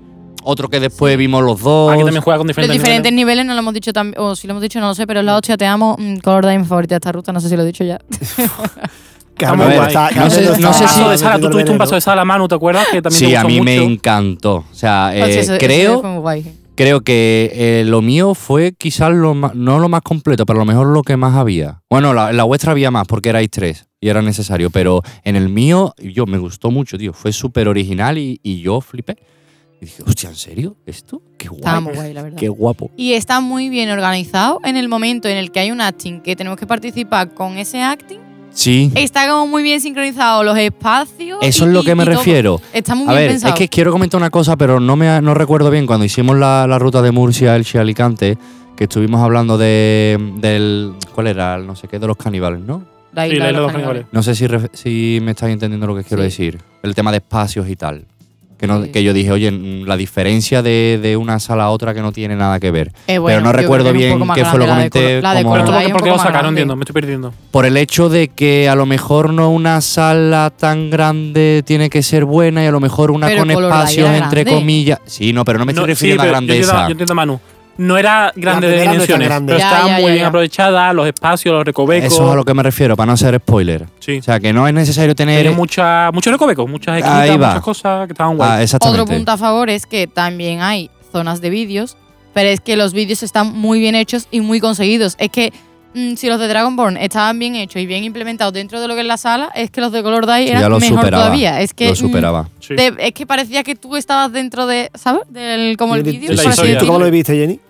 [SPEAKER 3] Otro que después vimos los dos.
[SPEAKER 2] aquí Ah, también juega con
[SPEAKER 5] Los
[SPEAKER 2] diferentes.
[SPEAKER 5] diferentes
[SPEAKER 2] niveles.
[SPEAKER 5] niveles no lo hemos dicho también, o si lo hemos dicho no lo sé, pero la hostia te amo, mm, color de mi favorita de esta ruta, no sé si lo he dicho ya.
[SPEAKER 1] Carmen
[SPEAKER 2] A ver,
[SPEAKER 1] no está-
[SPEAKER 2] no
[SPEAKER 1] Carmen
[SPEAKER 3] sé- no sé
[SPEAKER 1] está-
[SPEAKER 2] Paso
[SPEAKER 3] si-
[SPEAKER 2] de sala, tú tuviste un paso de sala, Manu, ¿te acuerdas? Que también
[SPEAKER 3] Sí,
[SPEAKER 2] te
[SPEAKER 3] a
[SPEAKER 2] gustó
[SPEAKER 3] mí me
[SPEAKER 2] mucho.
[SPEAKER 3] encantó. O sea, eh,
[SPEAKER 5] Hostia, Ah, eso- eso
[SPEAKER 3] creo,
[SPEAKER 5] fue muy guay.
[SPEAKER 3] creo que eh, lo mío fue quizás lo ma- no lo más completo, pero a lo mejor lo que más había. Bueno, la, la vuestra había más porque erais tres y era necesario, pero en el mío yo me gustó mucho, tío. Fue súper original y, y yo flipé. Y dije, hostia, ¿en serio? ¿Esto? Qué
[SPEAKER 5] Estaba
[SPEAKER 3] guapo.
[SPEAKER 5] muy guay, la verdad.
[SPEAKER 3] Qué guapo.
[SPEAKER 5] Y está muy bien organizado en el momento en el que hay un acting que tenemos que participar con ese acting.
[SPEAKER 3] Sí.
[SPEAKER 5] Está como muy bien sincronizado los espacios.
[SPEAKER 3] Eso
[SPEAKER 5] y-
[SPEAKER 3] es lo
[SPEAKER 5] Eh, y-
[SPEAKER 3] que me
[SPEAKER 5] y todo.
[SPEAKER 3] refiero.
[SPEAKER 5] Está muy
[SPEAKER 3] A
[SPEAKER 5] bien
[SPEAKER 3] ver,
[SPEAKER 5] pensado.
[SPEAKER 3] es que quiero comentar una cosa, pero no me no recuerdo bien cuando hicimos la, la ruta de Murcia, Elche, Alicante, que estuvimos hablando de del cuál era, El no sé qué de los caníbales, ¿no?
[SPEAKER 5] De ahí
[SPEAKER 2] Sí,
[SPEAKER 5] lo
[SPEAKER 2] la isla
[SPEAKER 5] de
[SPEAKER 2] de
[SPEAKER 5] los
[SPEAKER 2] los
[SPEAKER 5] caníbales.
[SPEAKER 2] caníbales.
[SPEAKER 3] No sé si, ref- si me estáis entendiendo lo que quiero
[SPEAKER 5] Sí.
[SPEAKER 3] decir. El tema de espacios y tal. Que, no-
[SPEAKER 5] Sí.
[SPEAKER 3] que yo dije, oye, mm, la diferencia de, de una sala a otra que no tiene nada que ver.
[SPEAKER 5] Eh, bueno,
[SPEAKER 3] pero no
[SPEAKER 5] yo creo
[SPEAKER 3] recuerdo
[SPEAKER 5] que es un
[SPEAKER 3] bien
[SPEAKER 5] poco más
[SPEAKER 3] qué fue lo que
[SPEAKER 5] grande la de
[SPEAKER 3] comenté.
[SPEAKER 5] Colo- la de
[SPEAKER 3] como-
[SPEAKER 2] Pero esto
[SPEAKER 5] Colombia.
[SPEAKER 2] porque,
[SPEAKER 5] Ahí un
[SPEAKER 2] porque lo
[SPEAKER 5] poco más
[SPEAKER 2] sacaron,
[SPEAKER 5] grande.
[SPEAKER 2] entiendo, me estoy perdiendo.
[SPEAKER 3] por el hecho de que a lo mejor no una sala tan grande tiene que ser buena y a lo mejor una
[SPEAKER 5] Pero
[SPEAKER 3] con
[SPEAKER 5] Colorado era
[SPEAKER 3] espacios entre
[SPEAKER 5] grande.
[SPEAKER 3] comillas. Sí, no, pero no me estoy
[SPEAKER 2] No, sí,
[SPEAKER 3] refiriendo a
[SPEAKER 2] pero yo
[SPEAKER 3] grandeza.
[SPEAKER 2] entiendo- Yo entiendo, Manu. No era grande de
[SPEAKER 1] primera no es tan
[SPEAKER 2] dimensiones,
[SPEAKER 1] grande.
[SPEAKER 2] pero
[SPEAKER 5] Ya,
[SPEAKER 2] estaba
[SPEAKER 5] ya,
[SPEAKER 2] muy
[SPEAKER 5] ya,
[SPEAKER 2] bien
[SPEAKER 5] ya.
[SPEAKER 2] aprovechada, los espacios, los recovecos.
[SPEAKER 3] Eso es a lo que me refiero, para no ser spoiler.
[SPEAKER 2] Sí.
[SPEAKER 3] O sea, que no es necesario tener.
[SPEAKER 2] Tenía mucha- muchos recovecos, muchas
[SPEAKER 3] Ahí
[SPEAKER 2] esquinas,
[SPEAKER 3] va.
[SPEAKER 2] muchas cosas que estaban
[SPEAKER 3] Ah,
[SPEAKER 2] guay.
[SPEAKER 3] exactamente.
[SPEAKER 5] Otro punto a favor es que también hay zonas de vídeos, pero es que los vídeos están muy bien hechos y muy conseguidos. Es que mm, si los de Dragonborn estaban bien hechos y bien implementados dentro de lo que es la sala, es que los de Color Day
[SPEAKER 3] Sí,
[SPEAKER 5] eran
[SPEAKER 3] ya lo
[SPEAKER 5] mejor
[SPEAKER 3] superaba.
[SPEAKER 5] todavía. Es que
[SPEAKER 3] Lo
[SPEAKER 5] mm,
[SPEAKER 3] superaba.
[SPEAKER 2] Sí.
[SPEAKER 5] te- es que parecía que tú estabas dentro de, ¿sabes? Del como el
[SPEAKER 1] ¿Y-
[SPEAKER 5] vídeo
[SPEAKER 1] y-
[SPEAKER 2] la
[SPEAKER 5] por así
[SPEAKER 2] historia.
[SPEAKER 1] ¿Tú cómo lo
[SPEAKER 5] decirlo.
[SPEAKER 1] viste, Jenny?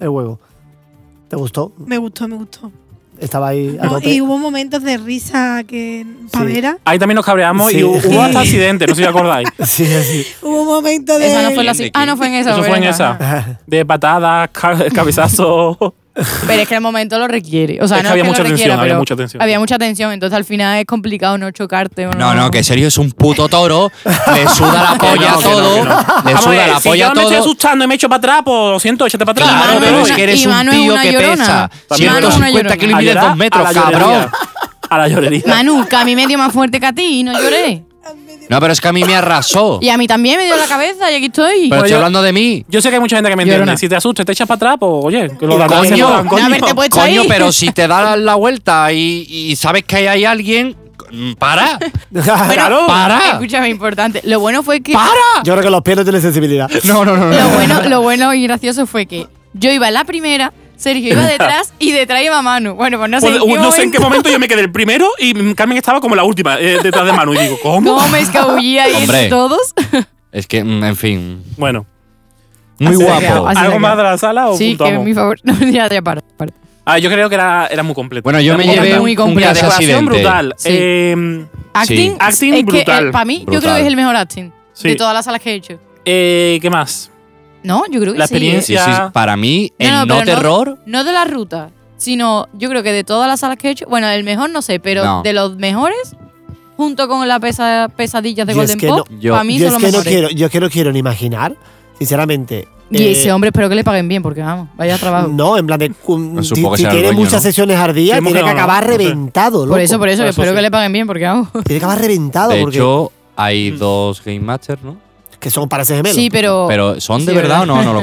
[SPEAKER 1] El huevo. ¿Te gustó?
[SPEAKER 4] Me gustó, me gustó.
[SPEAKER 1] Estaba ahí a
[SPEAKER 5] Ah,
[SPEAKER 4] No,
[SPEAKER 1] tope.
[SPEAKER 4] y hubo momentos de risa que pavera.
[SPEAKER 2] Ahí también nos cabreamos
[SPEAKER 1] Sí.
[SPEAKER 2] y hubo hasta
[SPEAKER 1] Sí.
[SPEAKER 2] accidentes, no sé si os acordáis.
[SPEAKER 1] Sí, sí.
[SPEAKER 4] Hubo momentos de.
[SPEAKER 5] Esa no fue la Ah, no fue en esa.
[SPEAKER 2] Eso fue en esa. De patadas, ca- cabezazos.
[SPEAKER 5] Pero es que el momento lo requiere. O sea,
[SPEAKER 2] Es que
[SPEAKER 5] no
[SPEAKER 2] había
[SPEAKER 5] es que
[SPEAKER 2] mucha
[SPEAKER 5] lo
[SPEAKER 2] tensión,
[SPEAKER 5] requiera,
[SPEAKER 2] había
[SPEAKER 5] pero
[SPEAKER 2] mucha tensión.
[SPEAKER 5] Había mucha tensión, entonces al final es complicado no chocarte. o
[SPEAKER 3] No, no, que Sergio es un puto toro, le suda la polla a
[SPEAKER 2] no, que no,
[SPEAKER 3] todo,
[SPEAKER 2] que no.
[SPEAKER 3] le
[SPEAKER 2] Vamos a
[SPEAKER 3] suda
[SPEAKER 2] ver,
[SPEAKER 3] la
[SPEAKER 2] si
[SPEAKER 3] polla
[SPEAKER 2] yo
[SPEAKER 3] a
[SPEAKER 2] me estoy
[SPEAKER 3] todo.
[SPEAKER 2] asustando y me echo para atrás, pues lo siento, échate para atrás.
[SPEAKER 3] Claro,
[SPEAKER 5] Manu
[SPEAKER 2] pero
[SPEAKER 3] pero
[SPEAKER 5] es
[SPEAKER 3] es
[SPEAKER 5] una-
[SPEAKER 3] que eres
[SPEAKER 5] y
[SPEAKER 3] un
[SPEAKER 5] Manu es
[SPEAKER 3] tío
[SPEAKER 5] una
[SPEAKER 3] que
[SPEAKER 5] llorona.
[SPEAKER 3] pesa
[SPEAKER 5] Manu es una
[SPEAKER 3] 150
[SPEAKER 5] llorona.
[SPEAKER 3] kilos y mide
[SPEAKER 2] A llorar
[SPEAKER 3] dos metros,
[SPEAKER 2] a la llorería.
[SPEAKER 3] cabrón.
[SPEAKER 2] a la llorería.
[SPEAKER 5] Manu, que a mí me dio más fuerte que a ti y no lloré.
[SPEAKER 3] No, pero es que a mí me arrasó.
[SPEAKER 5] Y a mí también me dio la cabeza y aquí estoy.
[SPEAKER 3] Pero
[SPEAKER 2] Bueno,
[SPEAKER 3] estoy
[SPEAKER 2] yo-
[SPEAKER 3] hablando de mí.
[SPEAKER 2] Yo sé que hay mucha gente que me
[SPEAKER 5] Llorona.
[SPEAKER 2] entiende. Si te asustas, te echas para atrás, pues oye, que lo de atrás se
[SPEAKER 3] Coño,
[SPEAKER 2] jodan,
[SPEAKER 5] no
[SPEAKER 2] coño.
[SPEAKER 5] haberte puesto
[SPEAKER 3] Coño,
[SPEAKER 5] ahí.
[SPEAKER 3] pero si te das la vuelta y, y sabes que ahí hay alguien, mm, para.
[SPEAKER 1] Claro.
[SPEAKER 3] Para.
[SPEAKER 5] Escúchame, importante. Lo bueno fue que.
[SPEAKER 3] Para.
[SPEAKER 1] Yo creo que los pies no tienen sensibilidad.
[SPEAKER 3] No, no, no.
[SPEAKER 5] Lo
[SPEAKER 3] no.
[SPEAKER 5] bueno, lo bueno y gracioso fue que yo iba la primera, Sergio iba detrás y detrás iba Manu. Bueno, pues no sé,
[SPEAKER 2] Pues,
[SPEAKER 5] en, qué
[SPEAKER 2] no sé en qué momento yo me quedé el primero y mm, Carmen estaba como la última eh, detrás de Manu. Y digo, ¿cómo?
[SPEAKER 5] ¿Cómo me escabullí ahí entre
[SPEAKER 3] Hombre.
[SPEAKER 5] todos?
[SPEAKER 3] Es que, mm, en fin.
[SPEAKER 2] Bueno,
[SPEAKER 3] Muy
[SPEAKER 5] Así se ha
[SPEAKER 3] guapo.
[SPEAKER 5] quedado, así se ha
[SPEAKER 2] ¿algo más de
[SPEAKER 5] quedado.
[SPEAKER 2] la sala o
[SPEAKER 5] Sí, que es
[SPEAKER 2] puntuamos?
[SPEAKER 5] mi favor. No, ya, ya, para, para.
[SPEAKER 2] Ah, yo creo que era, era muy completo.
[SPEAKER 3] Bueno, yo
[SPEAKER 2] Era
[SPEAKER 3] me
[SPEAKER 2] muy
[SPEAKER 3] llevé
[SPEAKER 2] completo.
[SPEAKER 5] muy
[SPEAKER 3] un, un
[SPEAKER 5] completo.
[SPEAKER 3] clase
[SPEAKER 2] Decoración
[SPEAKER 3] accidente.
[SPEAKER 2] brutal.
[SPEAKER 5] Sí.
[SPEAKER 2] Eh,
[SPEAKER 5] Acting,
[SPEAKER 2] Acting
[SPEAKER 5] es
[SPEAKER 2] brutal.
[SPEAKER 5] Que, para mí, yo creo
[SPEAKER 3] Brutal.
[SPEAKER 5] que es el mejor acting
[SPEAKER 2] Sí.
[SPEAKER 5] de todas las salas que he hecho.
[SPEAKER 2] eh, ¿Qué más?
[SPEAKER 5] No, yo creo que
[SPEAKER 2] La
[SPEAKER 5] sí.
[SPEAKER 2] experiencia-
[SPEAKER 3] Sí, sí, para mí,
[SPEAKER 5] No,
[SPEAKER 3] el
[SPEAKER 5] no,
[SPEAKER 3] no,
[SPEAKER 5] pero no-
[SPEAKER 3] terror.
[SPEAKER 5] No de la ruta, sino yo creo que de todas las salas que he hecho, bueno, el mejor no sé, pero
[SPEAKER 3] No.
[SPEAKER 5] de los mejores, junto con las pesa- pesadillas de
[SPEAKER 1] Yo es
[SPEAKER 5] Golden
[SPEAKER 1] que
[SPEAKER 5] Pop,
[SPEAKER 3] no- yo-
[SPEAKER 5] para mí
[SPEAKER 1] yo
[SPEAKER 5] son
[SPEAKER 1] es
[SPEAKER 5] los
[SPEAKER 1] que no
[SPEAKER 5] mejores.
[SPEAKER 1] quiero, yo es que no quiero ni imaginar, sinceramente.
[SPEAKER 5] y
[SPEAKER 1] eh,
[SPEAKER 5] ese hombre espero que le paguen bien, porque vamos, vaya trabajo.
[SPEAKER 1] No, en plan de. um,
[SPEAKER 3] No,
[SPEAKER 1] si-
[SPEAKER 3] supongo que
[SPEAKER 1] si
[SPEAKER 3] será el
[SPEAKER 1] tiene
[SPEAKER 3] dueño,
[SPEAKER 1] muchas
[SPEAKER 3] ¿no?
[SPEAKER 1] sesiones al día,
[SPEAKER 2] Creemos
[SPEAKER 1] tiene
[SPEAKER 2] que
[SPEAKER 1] que
[SPEAKER 2] no,
[SPEAKER 1] acabar
[SPEAKER 2] no sé.
[SPEAKER 1] reventado, loco.
[SPEAKER 5] por eso, por eso,
[SPEAKER 2] Eso
[SPEAKER 5] espero
[SPEAKER 2] sí.
[SPEAKER 5] que le paguen bien, porque vamos.
[SPEAKER 1] Tiene que acabar reventado,
[SPEAKER 3] De
[SPEAKER 1] porque
[SPEAKER 3] hecho, hay dos Game Masters, ¿no?
[SPEAKER 1] que son para ese gemelo.
[SPEAKER 5] Sí, pero.
[SPEAKER 3] Pero ¿son de
[SPEAKER 5] Sí,
[SPEAKER 3] verdad o no?
[SPEAKER 5] ¿verdad?
[SPEAKER 3] No lo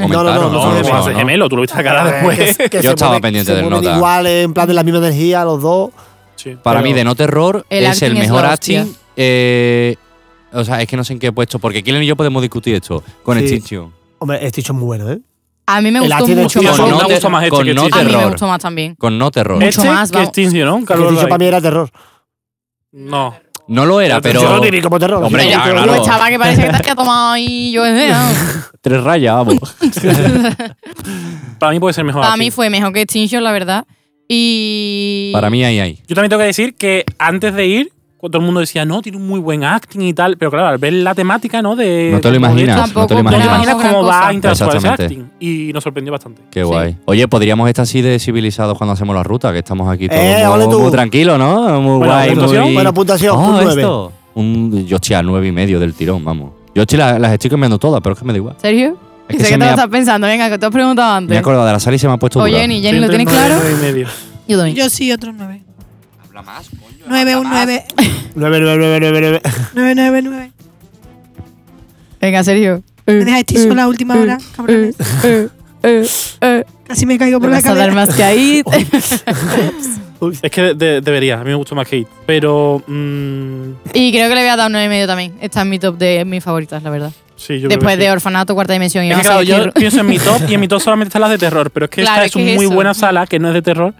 [SPEAKER 1] No, no, no,
[SPEAKER 3] comentaron.
[SPEAKER 2] No,
[SPEAKER 1] no,
[SPEAKER 2] no,
[SPEAKER 1] no,
[SPEAKER 2] no,
[SPEAKER 3] ¿no?
[SPEAKER 2] gemelo, tú lo viste la cara
[SPEAKER 1] A ver,
[SPEAKER 2] después.
[SPEAKER 1] que- que
[SPEAKER 3] Yo
[SPEAKER 1] se
[SPEAKER 3] estaba
[SPEAKER 1] mueven-
[SPEAKER 3] pendiente
[SPEAKER 1] se
[SPEAKER 3] del
[SPEAKER 1] mueven
[SPEAKER 3] nota.
[SPEAKER 1] Igual, en plan de la misma energía, los dos.
[SPEAKER 2] Sí,
[SPEAKER 3] Para
[SPEAKER 2] pero-
[SPEAKER 3] mí, de no terror,
[SPEAKER 5] El
[SPEAKER 3] es
[SPEAKER 5] acting
[SPEAKER 3] el
[SPEAKER 5] es
[SPEAKER 3] mejor
[SPEAKER 5] la hostia.
[SPEAKER 3] acting. eh, o sea, es que no sé en qué he puesto, porque Killen y yo podemos discutir esto con
[SPEAKER 1] Sí.
[SPEAKER 3] Extinction.
[SPEAKER 1] Hombre, este hecho es muy bueno, ¿eh?
[SPEAKER 5] A mí me
[SPEAKER 1] El
[SPEAKER 5] gustó
[SPEAKER 1] acting es
[SPEAKER 5] mucho
[SPEAKER 2] Hostia,
[SPEAKER 5] más.
[SPEAKER 2] eso
[SPEAKER 3] Con
[SPEAKER 2] me
[SPEAKER 3] no,
[SPEAKER 2] ha gustado
[SPEAKER 3] ter-
[SPEAKER 2] más este
[SPEAKER 3] con
[SPEAKER 2] que
[SPEAKER 3] no
[SPEAKER 2] Extinction.
[SPEAKER 5] a mí me
[SPEAKER 3] terror.
[SPEAKER 5] gustó más también.
[SPEAKER 3] Con no terror.
[SPEAKER 5] Mucho
[SPEAKER 2] Este
[SPEAKER 5] más,
[SPEAKER 2] que
[SPEAKER 5] vamos.
[SPEAKER 2] Extinction, ¿no? Carlos
[SPEAKER 1] el Este dicho
[SPEAKER 2] Lai.
[SPEAKER 5] eh.
[SPEAKER 1] para mí era terror. Este
[SPEAKER 2] No.
[SPEAKER 3] No lo era,
[SPEAKER 2] Pero-
[SPEAKER 3] pero.
[SPEAKER 1] Yo lo diría como terror. Este
[SPEAKER 3] Hombre,
[SPEAKER 1] Yo
[SPEAKER 3] ya,
[SPEAKER 1] creo-
[SPEAKER 3] claro.
[SPEAKER 5] Pues chaval, que parece que te había tomado ahí yo eh, vamos.
[SPEAKER 3] Tres rayas, vamos.
[SPEAKER 2] Para mí puede ser mejor.
[SPEAKER 5] Para
[SPEAKER 2] así.
[SPEAKER 5] mí fue mejor que Extinction, la verdad. Y.
[SPEAKER 3] Para mí, ahí, ahí.
[SPEAKER 2] Yo también tengo que decir que antes de ir, todo el mundo decía, no, tiene un muy buen acting y tal. Pero claro, al ver la temática, ¿no? De,
[SPEAKER 3] No te lo
[SPEAKER 2] como de
[SPEAKER 3] imaginas.
[SPEAKER 5] tampoco
[SPEAKER 3] No te lo
[SPEAKER 2] No te
[SPEAKER 5] Pero
[SPEAKER 3] imaginas.
[SPEAKER 2] imaginas
[SPEAKER 5] no, gran
[SPEAKER 2] cómo va
[SPEAKER 5] cosa.
[SPEAKER 2] a interactuar ese
[SPEAKER 3] Exactamente.
[SPEAKER 2] acting. Y nos sorprendió bastante.
[SPEAKER 3] Qué guay. Oye, podríamos estar así de civilizados cuando hacemos la ruta, que estamos aquí todos
[SPEAKER 1] Eh, ole
[SPEAKER 3] muy,
[SPEAKER 1] tú.
[SPEAKER 3] muy tranquilos, ¿no? Muy
[SPEAKER 2] Buena
[SPEAKER 3] guay.
[SPEAKER 2] puntuación,
[SPEAKER 3] muy-
[SPEAKER 1] buena puntuación,
[SPEAKER 3] Oh,
[SPEAKER 1] un nueve.
[SPEAKER 3] esto. Un, yo estoy a nueve y medio del tirón, vamos. Yo estoy la- las estoy cambiando todas, pero es que me da igual.
[SPEAKER 5] ¿Sergio?
[SPEAKER 3] Es que
[SPEAKER 5] sé que
[SPEAKER 3] se
[SPEAKER 5] te
[SPEAKER 3] me
[SPEAKER 5] lo
[SPEAKER 3] ha-
[SPEAKER 5] estás pensando, venga, que tú has preguntado
[SPEAKER 3] Me he
[SPEAKER 5] antes.
[SPEAKER 3] acordado de la sal y se me ha puesto
[SPEAKER 5] O
[SPEAKER 3] dura.
[SPEAKER 5] Jenny, Jenny, ¿lo
[SPEAKER 2] Estoy
[SPEAKER 5] tienes
[SPEAKER 2] entre
[SPEAKER 5] claro?
[SPEAKER 2] nueve y medio.
[SPEAKER 5] Yo también.
[SPEAKER 4] Yo sí, otro 9. Habla más, coño. 9,
[SPEAKER 1] Nueve, nueve, nueve, nueve, nueve.
[SPEAKER 4] 9, 9, 9.
[SPEAKER 5] Venga, Sergio.
[SPEAKER 4] Me dejáis tiso la última hora, cabrones. Casi me caigo por la
[SPEAKER 5] vas a dar
[SPEAKER 4] cabeza.
[SPEAKER 5] más que ahí.
[SPEAKER 2] Es que de- de- debería, a mí me gustó más Kate. Pero. mm,
[SPEAKER 5] y creo que le voy a dar un 9 y medio también. Esta es mi top de mis favoritas, la verdad.
[SPEAKER 2] sí, yo creo
[SPEAKER 5] Después
[SPEAKER 2] que
[SPEAKER 5] de
[SPEAKER 2] sí.
[SPEAKER 5] Orfanato, Cuarta Dimensión y
[SPEAKER 2] Es que,
[SPEAKER 5] vamos a
[SPEAKER 2] claro,
[SPEAKER 5] decir-
[SPEAKER 2] yo pienso en mi top y en mi top solamente están las de terror, pero es que
[SPEAKER 5] Claro,
[SPEAKER 2] esta
[SPEAKER 5] es
[SPEAKER 2] es
[SPEAKER 5] que
[SPEAKER 2] una
[SPEAKER 5] es
[SPEAKER 2] muy
[SPEAKER 5] eso.
[SPEAKER 2] buena sala que no es de terror.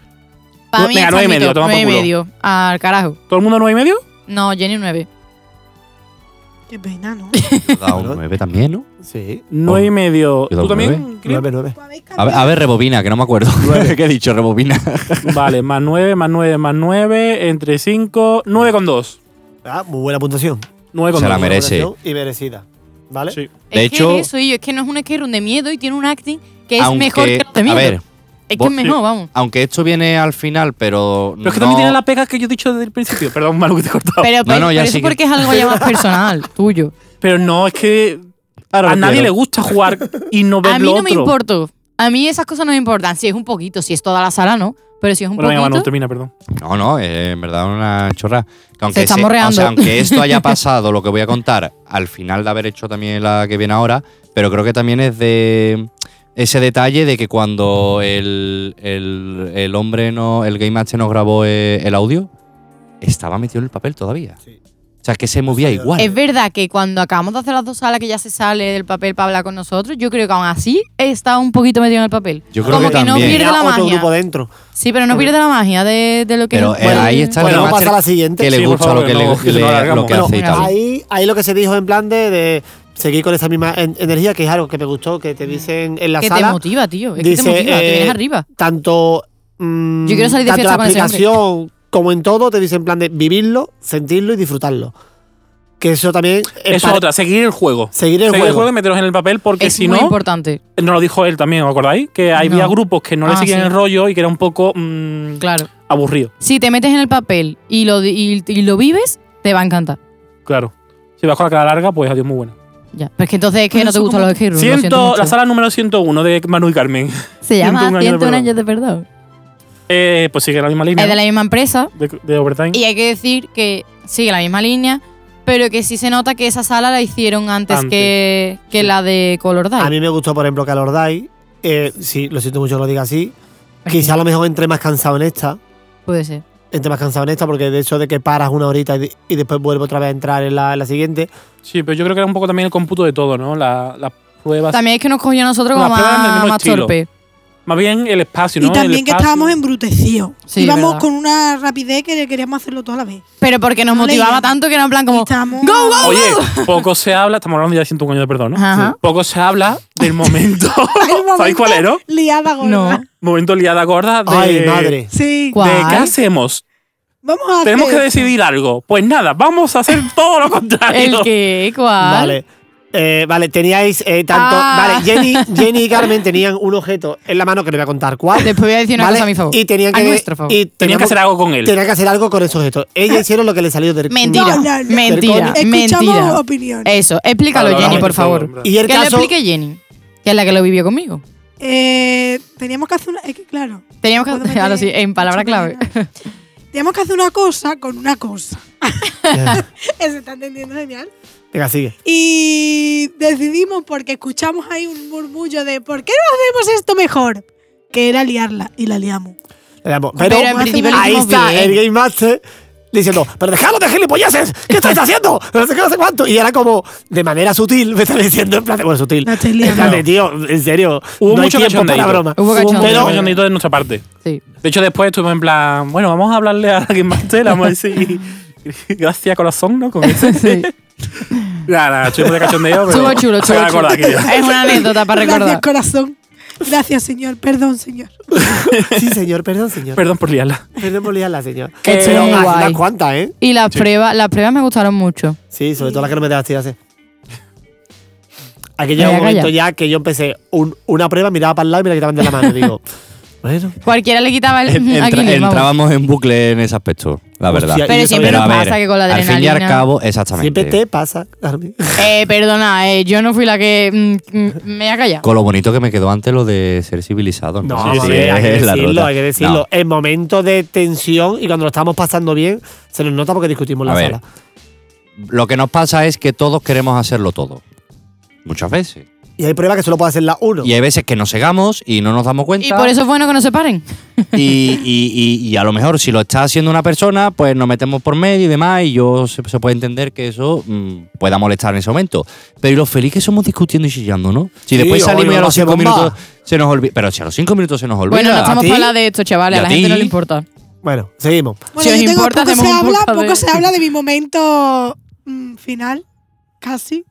[SPEAKER 5] Para
[SPEAKER 2] No,
[SPEAKER 5] mí
[SPEAKER 2] venga,
[SPEAKER 5] esta es
[SPEAKER 2] nueve y
[SPEAKER 5] mi
[SPEAKER 2] medio,
[SPEAKER 5] top,
[SPEAKER 2] toma por
[SPEAKER 5] nueve y
[SPEAKER 2] culo.
[SPEAKER 5] medio. Al carajo.
[SPEAKER 2] ¿Todo el mundo nueve y medio?
[SPEAKER 5] No, Jenny 9.
[SPEAKER 4] Qué pena, ¿no?
[SPEAKER 3] Da un nueve también, ¿no?
[SPEAKER 1] Sí.
[SPEAKER 2] Nueve y
[SPEAKER 3] Oh. Yo
[SPEAKER 2] medio.
[SPEAKER 3] ¿eh?
[SPEAKER 2] ¿Tú
[SPEAKER 3] doy
[SPEAKER 2] también? Chris?
[SPEAKER 1] Nueve, nueve.
[SPEAKER 3] A ver, a ver, rebobina, que no me acuerdo. ¿Qué he dicho? Rebobina.
[SPEAKER 2] Vale, más nueve, más nueve, más nueve, entre cinco, nueve con dos.
[SPEAKER 1] Ah, muy buena puntuación.
[SPEAKER 2] Nueve con
[SPEAKER 3] Se la
[SPEAKER 2] dos.
[SPEAKER 3] merece. Merece.
[SPEAKER 1] Y merecida. ¿Vale?
[SPEAKER 2] Sí.
[SPEAKER 3] De
[SPEAKER 5] es
[SPEAKER 3] hecho-
[SPEAKER 5] que es eso, y yo, es que no es un escape room de miedo y tiene un acting que es
[SPEAKER 3] Aunque-
[SPEAKER 5] mejor que los de
[SPEAKER 3] A
[SPEAKER 5] miedo.
[SPEAKER 3] ver,
[SPEAKER 5] es que
[SPEAKER 3] vos-
[SPEAKER 5] es mejor, vamos.
[SPEAKER 3] aunque esto viene al final, pero.
[SPEAKER 2] Pero es que
[SPEAKER 3] no-
[SPEAKER 2] también tiene la pega que yo he dicho desde el principio. Perdón, Manu, que te he cortado. Pero,
[SPEAKER 5] Pero, pero-
[SPEAKER 3] no, ya
[SPEAKER 5] pero eso
[SPEAKER 3] sí que-
[SPEAKER 5] porque es algo ya más personal, tuyo.
[SPEAKER 2] no, es que
[SPEAKER 3] Ahora
[SPEAKER 2] a
[SPEAKER 3] lo
[SPEAKER 2] nadie
[SPEAKER 3] quiero.
[SPEAKER 2] le gusta jugar y no ver
[SPEAKER 5] A mí
[SPEAKER 2] lo
[SPEAKER 5] no
[SPEAKER 2] otro.
[SPEAKER 5] me importa. A mí esas cosas no me importan. Si es un poquito, si es toda la sala, no. Pero si es un
[SPEAKER 2] Bueno, venga, Manu,
[SPEAKER 5] poquito.
[SPEAKER 2] termina, perdón.
[SPEAKER 3] No, no, eh, en verdad una chorra. Que aunque
[SPEAKER 5] está morreando.
[SPEAKER 3] o sea, aunque esto haya pasado, lo que voy a contar, al final de haber hecho también la que viene ahora, pero creo que también es de ese detalle de que cuando el, el- el hombre no, el Game Master nos grabó eh, el audio, estaba metido en el papel todavía.
[SPEAKER 1] Sí.
[SPEAKER 3] O sea, que se movía igual.
[SPEAKER 5] es verdad que cuando acabamos de hacer las dos salas que ya se sale del papel para hablar con nosotros, yo creo que aún así está un poquito metido en el papel.
[SPEAKER 3] Yo creo
[SPEAKER 5] Como
[SPEAKER 3] que
[SPEAKER 5] que no
[SPEAKER 3] también.
[SPEAKER 5] pierde
[SPEAKER 1] Tenía
[SPEAKER 5] la
[SPEAKER 1] otro
[SPEAKER 5] magia.
[SPEAKER 1] grupo dentro.
[SPEAKER 5] Sí, pero no pierde la magia de, de lo que
[SPEAKER 3] Pero
[SPEAKER 5] es.
[SPEAKER 3] eh, ahí está el
[SPEAKER 1] Bueno,
[SPEAKER 3] Game
[SPEAKER 1] vamos a
[SPEAKER 3] Master
[SPEAKER 1] la siguiente.
[SPEAKER 3] que le
[SPEAKER 2] Sí, por
[SPEAKER 3] gusta
[SPEAKER 2] favor,
[SPEAKER 3] lo que,
[SPEAKER 2] que
[SPEAKER 3] le-
[SPEAKER 2] no- que
[SPEAKER 3] le-
[SPEAKER 2] no alargamos.
[SPEAKER 3] lo que
[SPEAKER 2] Pero
[SPEAKER 3] hace y tal.
[SPEAKER 1] Ahí, ahí lo que se dijo en plan de, de seguir con esa misma en- energía, que es algo que me gustó, que te dicen en la
[SPEAKER 5] que te
[SPEAKER 1] sala.
[SPEAKER 5] motiva, tío. Es
[SPEAKER 1] dice,
[SPEAKER 5] que te motiva, te
[SPEAKER 1] eh,
[SPEAKER 5] vienes arriba.
[SPEAKER 1] Tanto. mm,
[SPEAKER 5] Yo quiero salir de
[SPEAKER 1] tanto
[SPEAKER 5] fiesta
[SPEAKER 1] la
[SPEAKER 5] con ese hombre.
[SPEAKER 1] aplicación como en todo, te dicen en plan de vivirlo, sentirlo y disfrutarlo. Que eso también. es
[SPEAKER 2] Eso es
[SPEAKER 1] para-
[SPEAKER 2] otra, seguir el juego.
[SPEAKER 1] Seguir el
[SPEAKER 2] Seguir el
[SPEAKER 1] juego.
[SPEAKER 2] juego y meteros en el papel porque
[SPEAKER 5] es
[SPEAKER 2] si
[SPEAKER 5] muy
[SPEAKER 2] no,
[SPEAKER 5] importante,
[SPEAKER 2] nos lo dijo él también, ¿os acordáis? Que había
[SPEAKER 5] No.
[SPEAKER 2] grupos que no le
[SPEAKER 5] Ah,
[SPEAKER 2] seguían
[SPEAKER 5] sí.
[SPEAKER 2] el rollo y que era un poco mm,
[SPEAKER 5] claro.
[SPEAKER 2] aburrido.
[SPEAKER 5] Si te metes en el papel y lo, di- y, y lo vives, te va a encantar.
[SPEAKER 2] Claro. Si vas con la cara larga, pues adiós, muy buena.
[SPEAKER 5] Ya. Pero es que entonces es que
[SPEAKER 4] Pero
[SPEAKER 5] no te
[SPEAKER 4] eso
[SPEAKER 5] gustan
[SPEAKER 4] como-
[SPEAKER 5] los escape rooms, lo siento
[SPEAKER 2] Ciento,
[SPEAKER 5] mucho.
[SPEAKER 2] la sala número 101 de Manu y Carmen.
[SPEAKER 5] Se
[SPEAKER 2] 101
[SPEAKER 5] llama
[SPEAKER 2] años de
[SPEAKER 5] 101
[SPEAKER 2] perdón.
[SPEAKER 5] años de perdón.
[SPEAKER 2] Eh, pues sigue la misma línea.
[SPEAKER 5] Es de la misma empresa.
[SPEAKER 2] ¿no? de, de Overtime.
[SPEAKER 5] Y hay que decir que sigue la misma línea, pero que sí se nota que esa sala la hicieron antes,
[SPEAKER 2] Antes.
[SPEAKER 5] que, que la de Color Dive.
[SPEAKER 1] A mí me gustó, por ejemplo, Calor Day. Eh, sí, lo siento mucho que lo diga así. Quizá a lo mejor entré más cansado en esta.
[SPEAKER 5] Puede ser.
[SPEAKER 1] Entré más cansado en esta porque de eso de que paras una horita y, de- y después vuelvo otra vez a entrar en la, en la siguiente.
[SPEAKER 2] Sí, pero yo creo que era un poco también el cómputo de todo, ¿no? La- Las pruebas.
[SPEAKER 5] También es que nos cogió a nosotros
[SPEAKER 2] Las
[SPEAKER 5] como
[SPEAKER 2] pruebas del
[SPEAKER 5] más,
[SPEAKER 2] mismo
[SPEAKER 5] más
[SPEAKER 2] estilo.
[SPEAKER 5] torpe.
[SPEAKER 2] Más bien el espacio, ¿no?
[SPEAKER 4] y
[SPEAKER 2] El
[SPEAKER 4] también que
[SPEAKER 2] espacio.
[SPEAKER 4] estábamos embrutecidos.
[SPEAKER 5] Sí,
[SPEAKER 4] Íbamos
[SPEAKER 5] verdad.
[SPEAKER 4] con una rapidez que queríamos hacerlo toda la vez.
[SPEAKER 5] Pero porque nos
[SPEAKER 4] No
[SPEAKER 5] motivaba
[SPEAKER 4] leía.
[SPEAKER 5] tanto que era en plan como.
[SPEAKER 4] Estábamos-
[SPEAKER 5] ¡Go, go!
[SPEAKER 2] Oye, poco se habla, estamos hablando ya de siento un año de perdón, ¿no?
[SPEAKER 5] Ajá.
[SPEAKER 2] Sí. Poco se habla del momento. ¿Sabéis cuál era?
[SPEAKER 4] Liada gorda.
[SPEAKER 5] No.
[SPEAKER 2] Momento liada gorda de.
[SPEAKER 1] ¡Ay, madre!
[SPEAKER 4] Sí.
[SPEAKER 5] ¿Cuál?
[SPEAKER 2] De qué hacemos.
[SPEAKER 4] Vamos a
[SPEAKER 2] Tenemos que
[SPEAKER 4] hacer-
[SPEAKER 2] decidir algo. Pues nada, vamos a hacer todo lo contrario.
[SPEAKER 5] ¿El qué? ¿Cuál?
[SPEAKER 1] Vale. Eh, vale, teníais eh, tanto.
[SPEAKER 5] Ah.
[SPEAKER 1] Vale, Jenny, Jenny y Carmen tenían un objeto en la mano que no voy a contar cuál.
[SPEAKER 5] Después voy a decir una
[SPEAKER 1] ¿vale?
[SPEAKER 5] cosa a mi favor.
[SPEAKER 1] Y tenían que.
[SPEAKER 5] A nuestro favor.
[SPEAKER 1] y
[SPEAKER 2] Tenían que hacer algo con él.
[SPEAKER 1] Tenían que hacer algo con esos objetos. Ellas hicieron lo que les salió del.
[SPEAKER 5] Mentira,
[SPEAKER 4] No, no, no.
[SPEAKER 5] mentira,
[SPEAKER 4] Escuchamos
[SPEAKER 5] mentira. Eh.
[SPEAKER 4] opiniones.
[SPEAKER 5] Eso, explícalo,
[SPEAKER 2] Ahora
[SPEAKER 5] Jenny,
[SPEAKER 2] hablamos
[SPEAKER 5] por
[SPEAKER 2] de todo,
[SPEAKER 5] favor.
[SPEAKER 2] hombre.
[SPEAKER 1] Y el
[SPEAKER 5] que
[SPEAKER 1] caso.
[SPEAKER 5] lo explique Jenny, que es la que lo vivió conmigo.
[SPEAKER 4] Eh, teníamos que hacer una. Es que, claro.
[SPEAKER 5] Teníamos
[SPEAKER 4] cuando
[SPEAKER 5] que.
[SPEAKER 4] me
[SPEAKER 5] Ahora sí,
[SPEAKER 4] quedé
[SPEAKER 5] en palabra clave.
[SPEAKER 4] mucho pena. Teníamos que hacer una cosa con una cosa. Se está entendiendo genial.
[SPEAKER 1] Venga, sigue.
[SPEAKER 4] Y decidimos, porque escuchamos ahí un murmullo de ¿por qué no hacemos esto mejor? Que era liarla. Y la liamos.
[SPEAKER 1] Le damos.
[SPEAKER 5] Pero
[SPEAKER 1] Pero,
[SPEAKER 5] en principio lo
[SPEAKER 1] ahí
[SPEAKER 5] hicimos
[SPEAKER 1] está
[SPEAKER 5] bien.
[SPEAKER 1] el Game Master diciendo, pero dejadlo de gilipolleces, ¿qué estáis haciendo? No sé qué, no sé cuánto. Y era como, de manera sutil, me estaba diciendo, en plan, de- bueno, sutil.
[SPEAKER 4] La estoy liando.
[SPEAKER 1] En plan de, tío, en serio,
[SPEAKER 2] Hubo
[SPEAKER 1] no hay
[SPEAKER 2] mucho
[SPEAKER 1] tiempo para la
[SPEAKER 2] cachondeito.
[SPEAKER 1] broma.
[SPEAKER 5] Hubo
[SPEAKER 2] Hubo mucho
[SPEAKER 5] cachondeo.
[SPEAKER 1] Pero-
[SPEAKER 2] cachondeito de nuestra parte.
[SPEAKER 5] Sí.
[SPEAKER 2] De hecho, después estuvimos en plan, bueno, vamos a hablarle a alguien más tela, vamos a decir, gracias corazón, ¿no? Con ese.
[SPEAKER 5] Sí.
[SPEAKER 2] Nada, nada, estuvimos de cachondeo, pero.
[SPEAKER 5] Estuvo chulo,
[SPEAKER 2] se van a
[SPEAKER 5] estuvo chulo.
[SPEAKER 2] acordar que ya.
[SPEAKER 5] Es una anécdota para recordar.
[SPEAKER 4] Gracias, corazón. Gracias, señor. Perdón, señor.
[SPEAKER 1] Sí, señor, perdón, señor.
[SPEAKER 2] Perdón por liarla.
[SPEAKER 1] Perdón por liarla, señor.
[SPEAKER 5] Qué
[SPEAKER 1] Pero
[SPEAKER 5] chulo,
[SPEAKER 1] ah,
[SPEAKER 5] guay.
[SPEAKER 1] unas cuantas, ¿eh?
[SPEAKER 5] Y las pruebas, las pruebas me gustaron mucho.
[SPEAKER 1] Sí, sobre todo las que no me dejaste hacer. Aquí llega
[SPEAKER 5] Calla,
[SPEAKER 1] un momento
[SPEAKER 5] calla.
[SPEAKER 1] ya que yo empecé un- una prueba, miraba para el lado y me la quitaban de la mano. Digo, bueno,
[SPEAKER 5] Cualquiera le quitaba el
[SPEAKER 3] En- entra-
[SPEAKER 5] aquí le vamos.
[SPEAKER 3] entrábamos en bucle en ese aspecto, la verdad.
[SPEAKER 1] Hostia,
[SPEAKER 5] Pero
[SPEAKER 1] yo
[SPEAKER 5] siempre
[SPEAKER 1] sabía-
[SPEAKER 5] nos
[SPEAKER 3] a ver,
[SPEAKER 5] pasa que con la
[SPEAKER 3] Al fin y al
[SPEAKER 5] adrenalina-
[SPEAKER 3] cabo, exactamente.
[SPEAKER 1] siempre te pasa, Carmen.
[SPEAKER 5] Eh, perdona, eh, yo no fui la que mm, mm, me ha callado.
[SPEAKER 3] Con lo bonito que me quedó antes lo de ser civilizado.
[SPEAKER 1] No,
[SPEAKER 3] Sí,
[SPEAKER 1] a
[SPEAKER 3] sí,
[SPEAKER 1] ver, hay que
[SPEAKER 3] es la
[SPEAKER 1] decirlo,
[SPEAKER 3] ruta.
[SPEAKER 1] hay que decirlo.
[SPEAKER 3] No,
[SPEAKER 1] En momentos de tensión y cuando lo estamos pasando bien, se nos nota porque discutimos
[SPEAKER 3] A
[SPEAKER 1] la
[SPEAKER 3] ver.
[SPEAKER 1] sala.
[SPEAKER 3] Lo que nos pasa es que todos queremos hacerlo todo. Muchas veces.
[SPEAKER 1] Y hay pruebas que solo puede hacer la uno.
[SPEAKER 3] Y hay veces que nos cegamos y no nos damos cuenta.
[SPEAKER 5] Y por eso es bueno que no se paren.
[SPEAKER 3] y, y- y- y a lo mejor si lo está haciendo una persona, pues nos metemos por medio y demás, y yo se, se puede entender que eso mm, pueda molestar en ese momento. Pero y lo feliz que somos discutiendo y chillando, ¿no?
[SPEAKER 1] Sí,
[SPEAKER 3] Si después salimos y
[SPEAKER 1] oye,
[SPEAKER 3] a los
[SPEAKER 1] qué
[SPEAKER 3] cinco
[SPEAKER 1] bomba.
[SPEAKER 3] minutos se nos olvida. Pero si a los cinco minutos se nos olvida.
[SPEAKER 5] Bueno, no
[SPEAKER 3] a
[SPEAKER 5] estamos
[SPEAKER 3] ti,
[SPEAKER 5] para hablar de esto, chavales.
[SPEAKER 3] y
[SPEAKER 5] A la
[SPEAKER 3] a
[SPEAKER 5] gente no
[SPEAKER 3] ti.
[SPEAKER 5] le importa.
[SPEAKER 1] Bueno, seguimos.
[SPEAKER 4] Bueno,
[SPEAKER 5] nos
[SPEAKER 4] yo tengo,
[SPEAKER 5] importa,
[SPEAKER 4] poco se,
[SPEAKER 5] hacemos un
[SPEAKER 4] habla,
[SPEAKER 5] podcast de-
[SPEAKER 4] poco se habla de mi momento mm, final. Casi.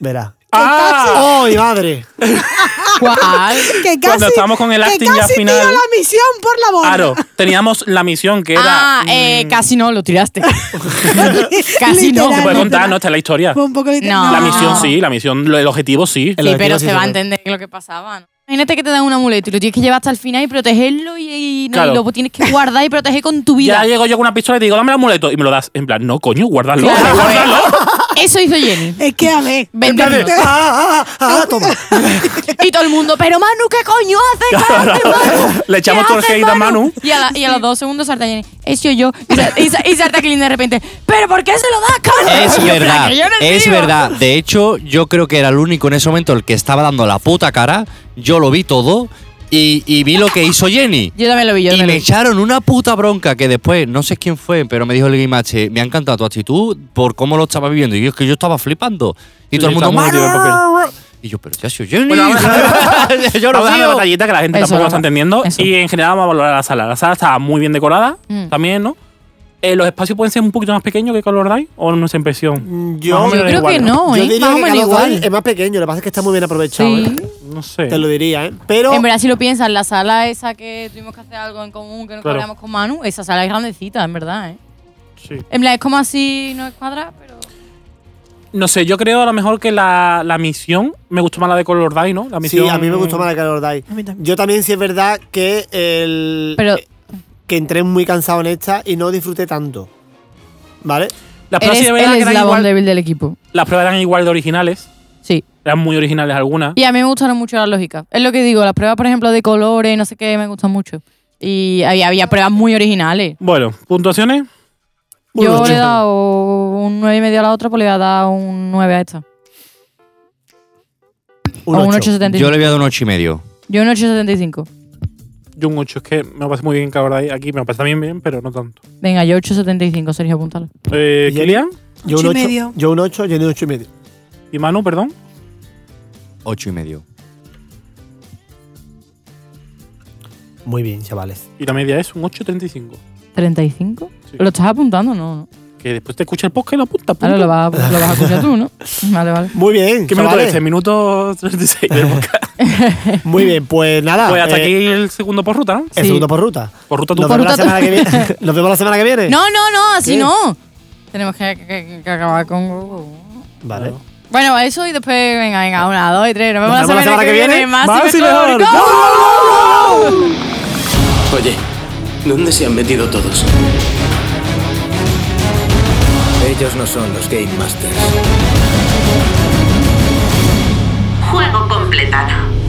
[SPEAKER 1] Verá.
[SPEAKER 2] ¡Ah!
[SPEAKER 1] ¡Ay, madre!
[SPEAKER 5] ¿Cuál?
[SPEAKER 4] Que casi,
[SPEAKER 2] Cuando estábamos con el
[SPEAKER 4] que
[SPEAKER 2] acting ya
[SPEAKER 4] casi tiro
[SPEAKER 2] final.
[SPEAKER 4] la misión por la borda.
[SPEAKER 2] Claro, teníamos la misión que era. mm,
[SPEAKER 5] Ah, eh, casi no, lo tiraste. casi no.
[SPEAKER 4] Literal,
[SPEAKER 2] ¿Se puede contar?
[SPEAKER 4] literal.
[SPEAKER 2] No, esta es la historia.
[SPEAKER 4] Fue un poco literal.
[SPEAKER 5] No.
[SPEAKER 2] La misión sí, la misión, lo- el objetivo sí.
[SPEAKER 1] El
[SPEAKER 5] Sí,
[SPEAKER 1] objetivo
[SPEAKER 5] pero
[SPEAKER 1] sí
[SPEAKER 5] se
[SPEAKER 1] se
[SPEAKER 5] va a
[SPEAKER 1] puede.
[SPEAKER 5] entender lo que pasaba. ¿no? Imagínate que te dan un amuleto y lo tienes que llevar hasta el final y protegerlo y, y no,
[SPEAKER 2] Claro.
[SPEAKER 5] y lo tienes que guardar y proteger con tu vida.
[SPEAKER 2] Ya llego yo con una pistola y te digo, dame el amuleto. Y me lo das. En plan, no, coño, guárdalo.
[SPEAKER 5] Claro. pues. eh.
[SPEAKER 2] guárdalo.
[SPEAKER 5] Eso hizo Jenny.
[SPEAKER 4] Es que a ver.
[SPEAKER 5] Vendernos.
[SPEAKER 1] ¡Ah, ah, ah! ah toma!
[SPEAKER 5] Y todo el mundo, pero Manu, ¿qué coño haces? Cállate, Manu.
[SPEAKER 2] Le echamos
[SPEAKER 5] ¿Qué
[SPEAKER 2] todo el
[SPEAKER 5] haces,
[SPEAKER 2] hate a Manu.
[SPEAKER 5] Y a, la- y a los dos segundos salta Jenny, he sido yo. Y, sa- y, sa- y salta Kelly de repente, ¿pero por qué se lo da, Carmen?
[SPEAKER 3] Es
[SPEAKER 5] Y yo, "Pero
[SPEAKER 3] verdad,
[SPEAKER 5] que yo no
[SPEAKER 3] es
[SPEAKER 5] digo".
[SPEAKER 3] verdad. De hecho, yo creo que era el único en ese momento el que estaba dando la puta cara. Yo lo vi todo y, y vi lo que hizo Jenny.
[SPEAKER 5] Yo también lo vi, yo
[SPEAKER 3] Y
[SPEAKER 5] también
[SPEAKER 3] me
[SPEAKER 5] lo vi.
[SPEAKER 3] echaron una puta bronca que después, no sé quién fue, pero me dijo el Game Match, eh, me ha encantado tu actitud por cómo lo estaba viviendo. Y yo es que yo estaba flipando. Y
[SPEAKER 2] Sí,
[SPEAKER 3] todo el mundo,
[SPEAKER 2] estamos metidos en papel.
[SPEAKER 3] "Marrrr". Y yo, pero si ha sido Jenny.
[SPEAKER 2] Bueno, vamos
[SPEAKER 3] yo lo
[SPEAKER 2] Vamos a dar una
[SPEAKER 3] veo.
[SPEAKER 2] batallita que la gente
[SPEAKER 5] Eso,
[SPEAKER 2] tampoco lo
[SPEAKER 5] vamos.
[SPEAKER 2] está entendiendo.
[SPEAKER 5] Eso.
[SPEAKER 2] Y en general vamos a valorar la sala. La sala está muy bien decorada
[SPEAKER 5] Mm.
[SPEAKER 2] también, ¿no? Eh, ¿Los espacios pueden ser un poquito más pequeños que Color Day? ¿O no es impresión? Más o
[SPEAKER 1] Yo,
[SPEAKER 2] menos
[SPEAKER 5] Yo creo
[SPEAKER 2] igual,
[SPEAKER 5] que
[SPEAKER 2] ¿no?
[SPEAKER 5] no,
[SPEAKER 1] yo
[SPEAKER 5] ¿eh? Más
[SPEAKER 1] diría
[SPEAKER 5] o
[SPEAKER 1] que
[SPEAKER 5] menos
[SPEAKER 1] Call of Duty
[SPEAKER 5] igual.
[SPEAKER 1] es más pequeño, lo que pasa es que está muy bien aprovechado.
[SPEAKER 5] Sí.
[SPEAKER 1] ¿eh?
[SPEAKER 2] No sé.
[SPEAKER 1] Te lo diría, ¿eh? Pero
[SPEAKER 5] En verdad, si lo piensas, la sala esa que tuvimos que hacer algo en común, que no
[SPEAKER 2] Claro.
[SPEAKER 5] hablamos con Manu, esa sala es grandecita, en verdad, ¿eh?
[SPEAKER 2] Sí.
[SPEAKER 5] En plan, es como así, no es cuadrada, pero...
[SPEAKER 2] No sé, yo creo a lo mejor que la, la misión me gustó más la de Color Day, ¿no? La misión,
[SPEAKER 1] sí, a mí me gustó más la Calor Day.
[SPEAKER 4] A mí también.
[SPEAKER 1] Yo también sí es verdad que el
[SPEAKER 5] Pero
[SPEAKER 3] Eh,
[SPEAKER 1] que entré muy cansado en esta y no disfruté tanto. ¿Vale?
[SPEAKER 2] Las pruebas,
[SPEAKER 5] eres
[SPEAKER 2] sí, de verdad,
[SPEAKER 5] el
[SPEAKER 2] que eran
[SPEAKER 5] eslabón
[SPEAKER 2] igual-
[SPEAKER 5] débil del equipo.
[SPEAKER 2] las pruebas eran igual de originales.
[SPEAKER 5] Sí.
[SPEAKER 2] Eran muy originales algunas.
[SPEAKER 5] Y a mí me gustaron mucho las lógicas. Es lo que digo, las pruebas, por ejemplo, de colores, no sé qué, me gustan mucho. Y había, había pruebas muy originales.
[SPEAKER 2] Bueno, puntuaciones.
[SPEAKER 1] Muy
[SPEAKER 5] Yo
[SPEAKER 1] bien.
[SPEAKER 5] le he dado un 9 y medio a la otra, pues le voy a dar un 9 a esta.
[SPEAKER 1] Un
[SPEAKER 5] o un
[SPEAKER 1] ocho.
[SPEAKER 5] 8,75.
[SPEAKER 3] Yo le voy a dar un 8 y medio.
[SPEAKER 5] Yo un 8,75.
[SPEAKER 2] Yo un 8, es que me lo pasé muy bien, cabrón. Aquí me lo pasé también bien, pero no tanto.
[SPEAKER 5] Venga, yo 8,75, Sergio, apúntalo.
[SPEAKER 2] Eh,
[SPEAKER 1] ¿Y él?
[SPEAKER 2] Kilian
[SPEAKER 1] Yo un
[SPEAKER 4] Ocho y
[SPEAKER 1] 8,
[SPEAKER 4] medio.
[SPEAKER 1] yo un 8, Jenny un 8 y medio.
[SPEAKER 2] y Manu, perdón.
[SPEAKER 3] 8 y medio.
[SPEAKER 1] Muy bien, chavales.
[SPEAKER 2] Y la media es un 8.35.
[SPEAKER 5] ¿35?
[SPEAKER 2] Sí.
[SPEAKER 5] ¿Lo estás apuntando? No, no.
[SPEAKER 2] Que después te escucha el podcast y lo apunta.
[SPEAKER 5] Ahora Ah, lo
[SPEAKER 2] punto.
[SPEAKER 5] vas, a- lo vas a escuchar tú, ¿no? Vale, vale.
[SPEAKER 1] Muy bien,
[SPEAKER 2] ¿Qué minuto
[SPEAKER 1] chavales.
[SPEAKER 2] es? El Minuto 36 del podcast.
[SPEAKER 1] Muy bien, pues nada.
[SPEAKER 2] pues hasta
[SPEAKER 1] eh,
[SPEAKER 2] aquí el segundo por ruta, ¿no?
[SPEAKER 1] El
[SPEAKER 5] Sí.
[SPEAKER 1] segundo por ruta.
[SPEAKER 2] Por ruta tú.
[SPEAKER 1] Nos
[SPEAKER 5] Por
[SPEAKER 1] vemos, la
[SPEAKER 5] ruta tú.
[SPEAKER 1] semana que viene. Nos vemos la semana que viene.
[SPEAKER 5] No, no, no, así
[SPEAKER 1] ¿Qué?
[SPEAKER 5] no. Tenemos que, que- que acabar con.
[SPEAKER 1] Vale.
[SPEAKER 5] Bueno, eso y después, venga, venga, una, dos y tres. Nos vemos,
[SPEAKER 1] Nos vemos
[SPEAKER 5] la semana que viene. Más,
[SPEAKER 1] Más y mejor.
[SPEAKER 5] ¡Go!
[SPEAKER 1] ¡Go!
[SPEAKER 9] Oye, ¿dónde se han metido todos? Ellos no son los Game Masters.
[SPEAKER 10] Juego completado.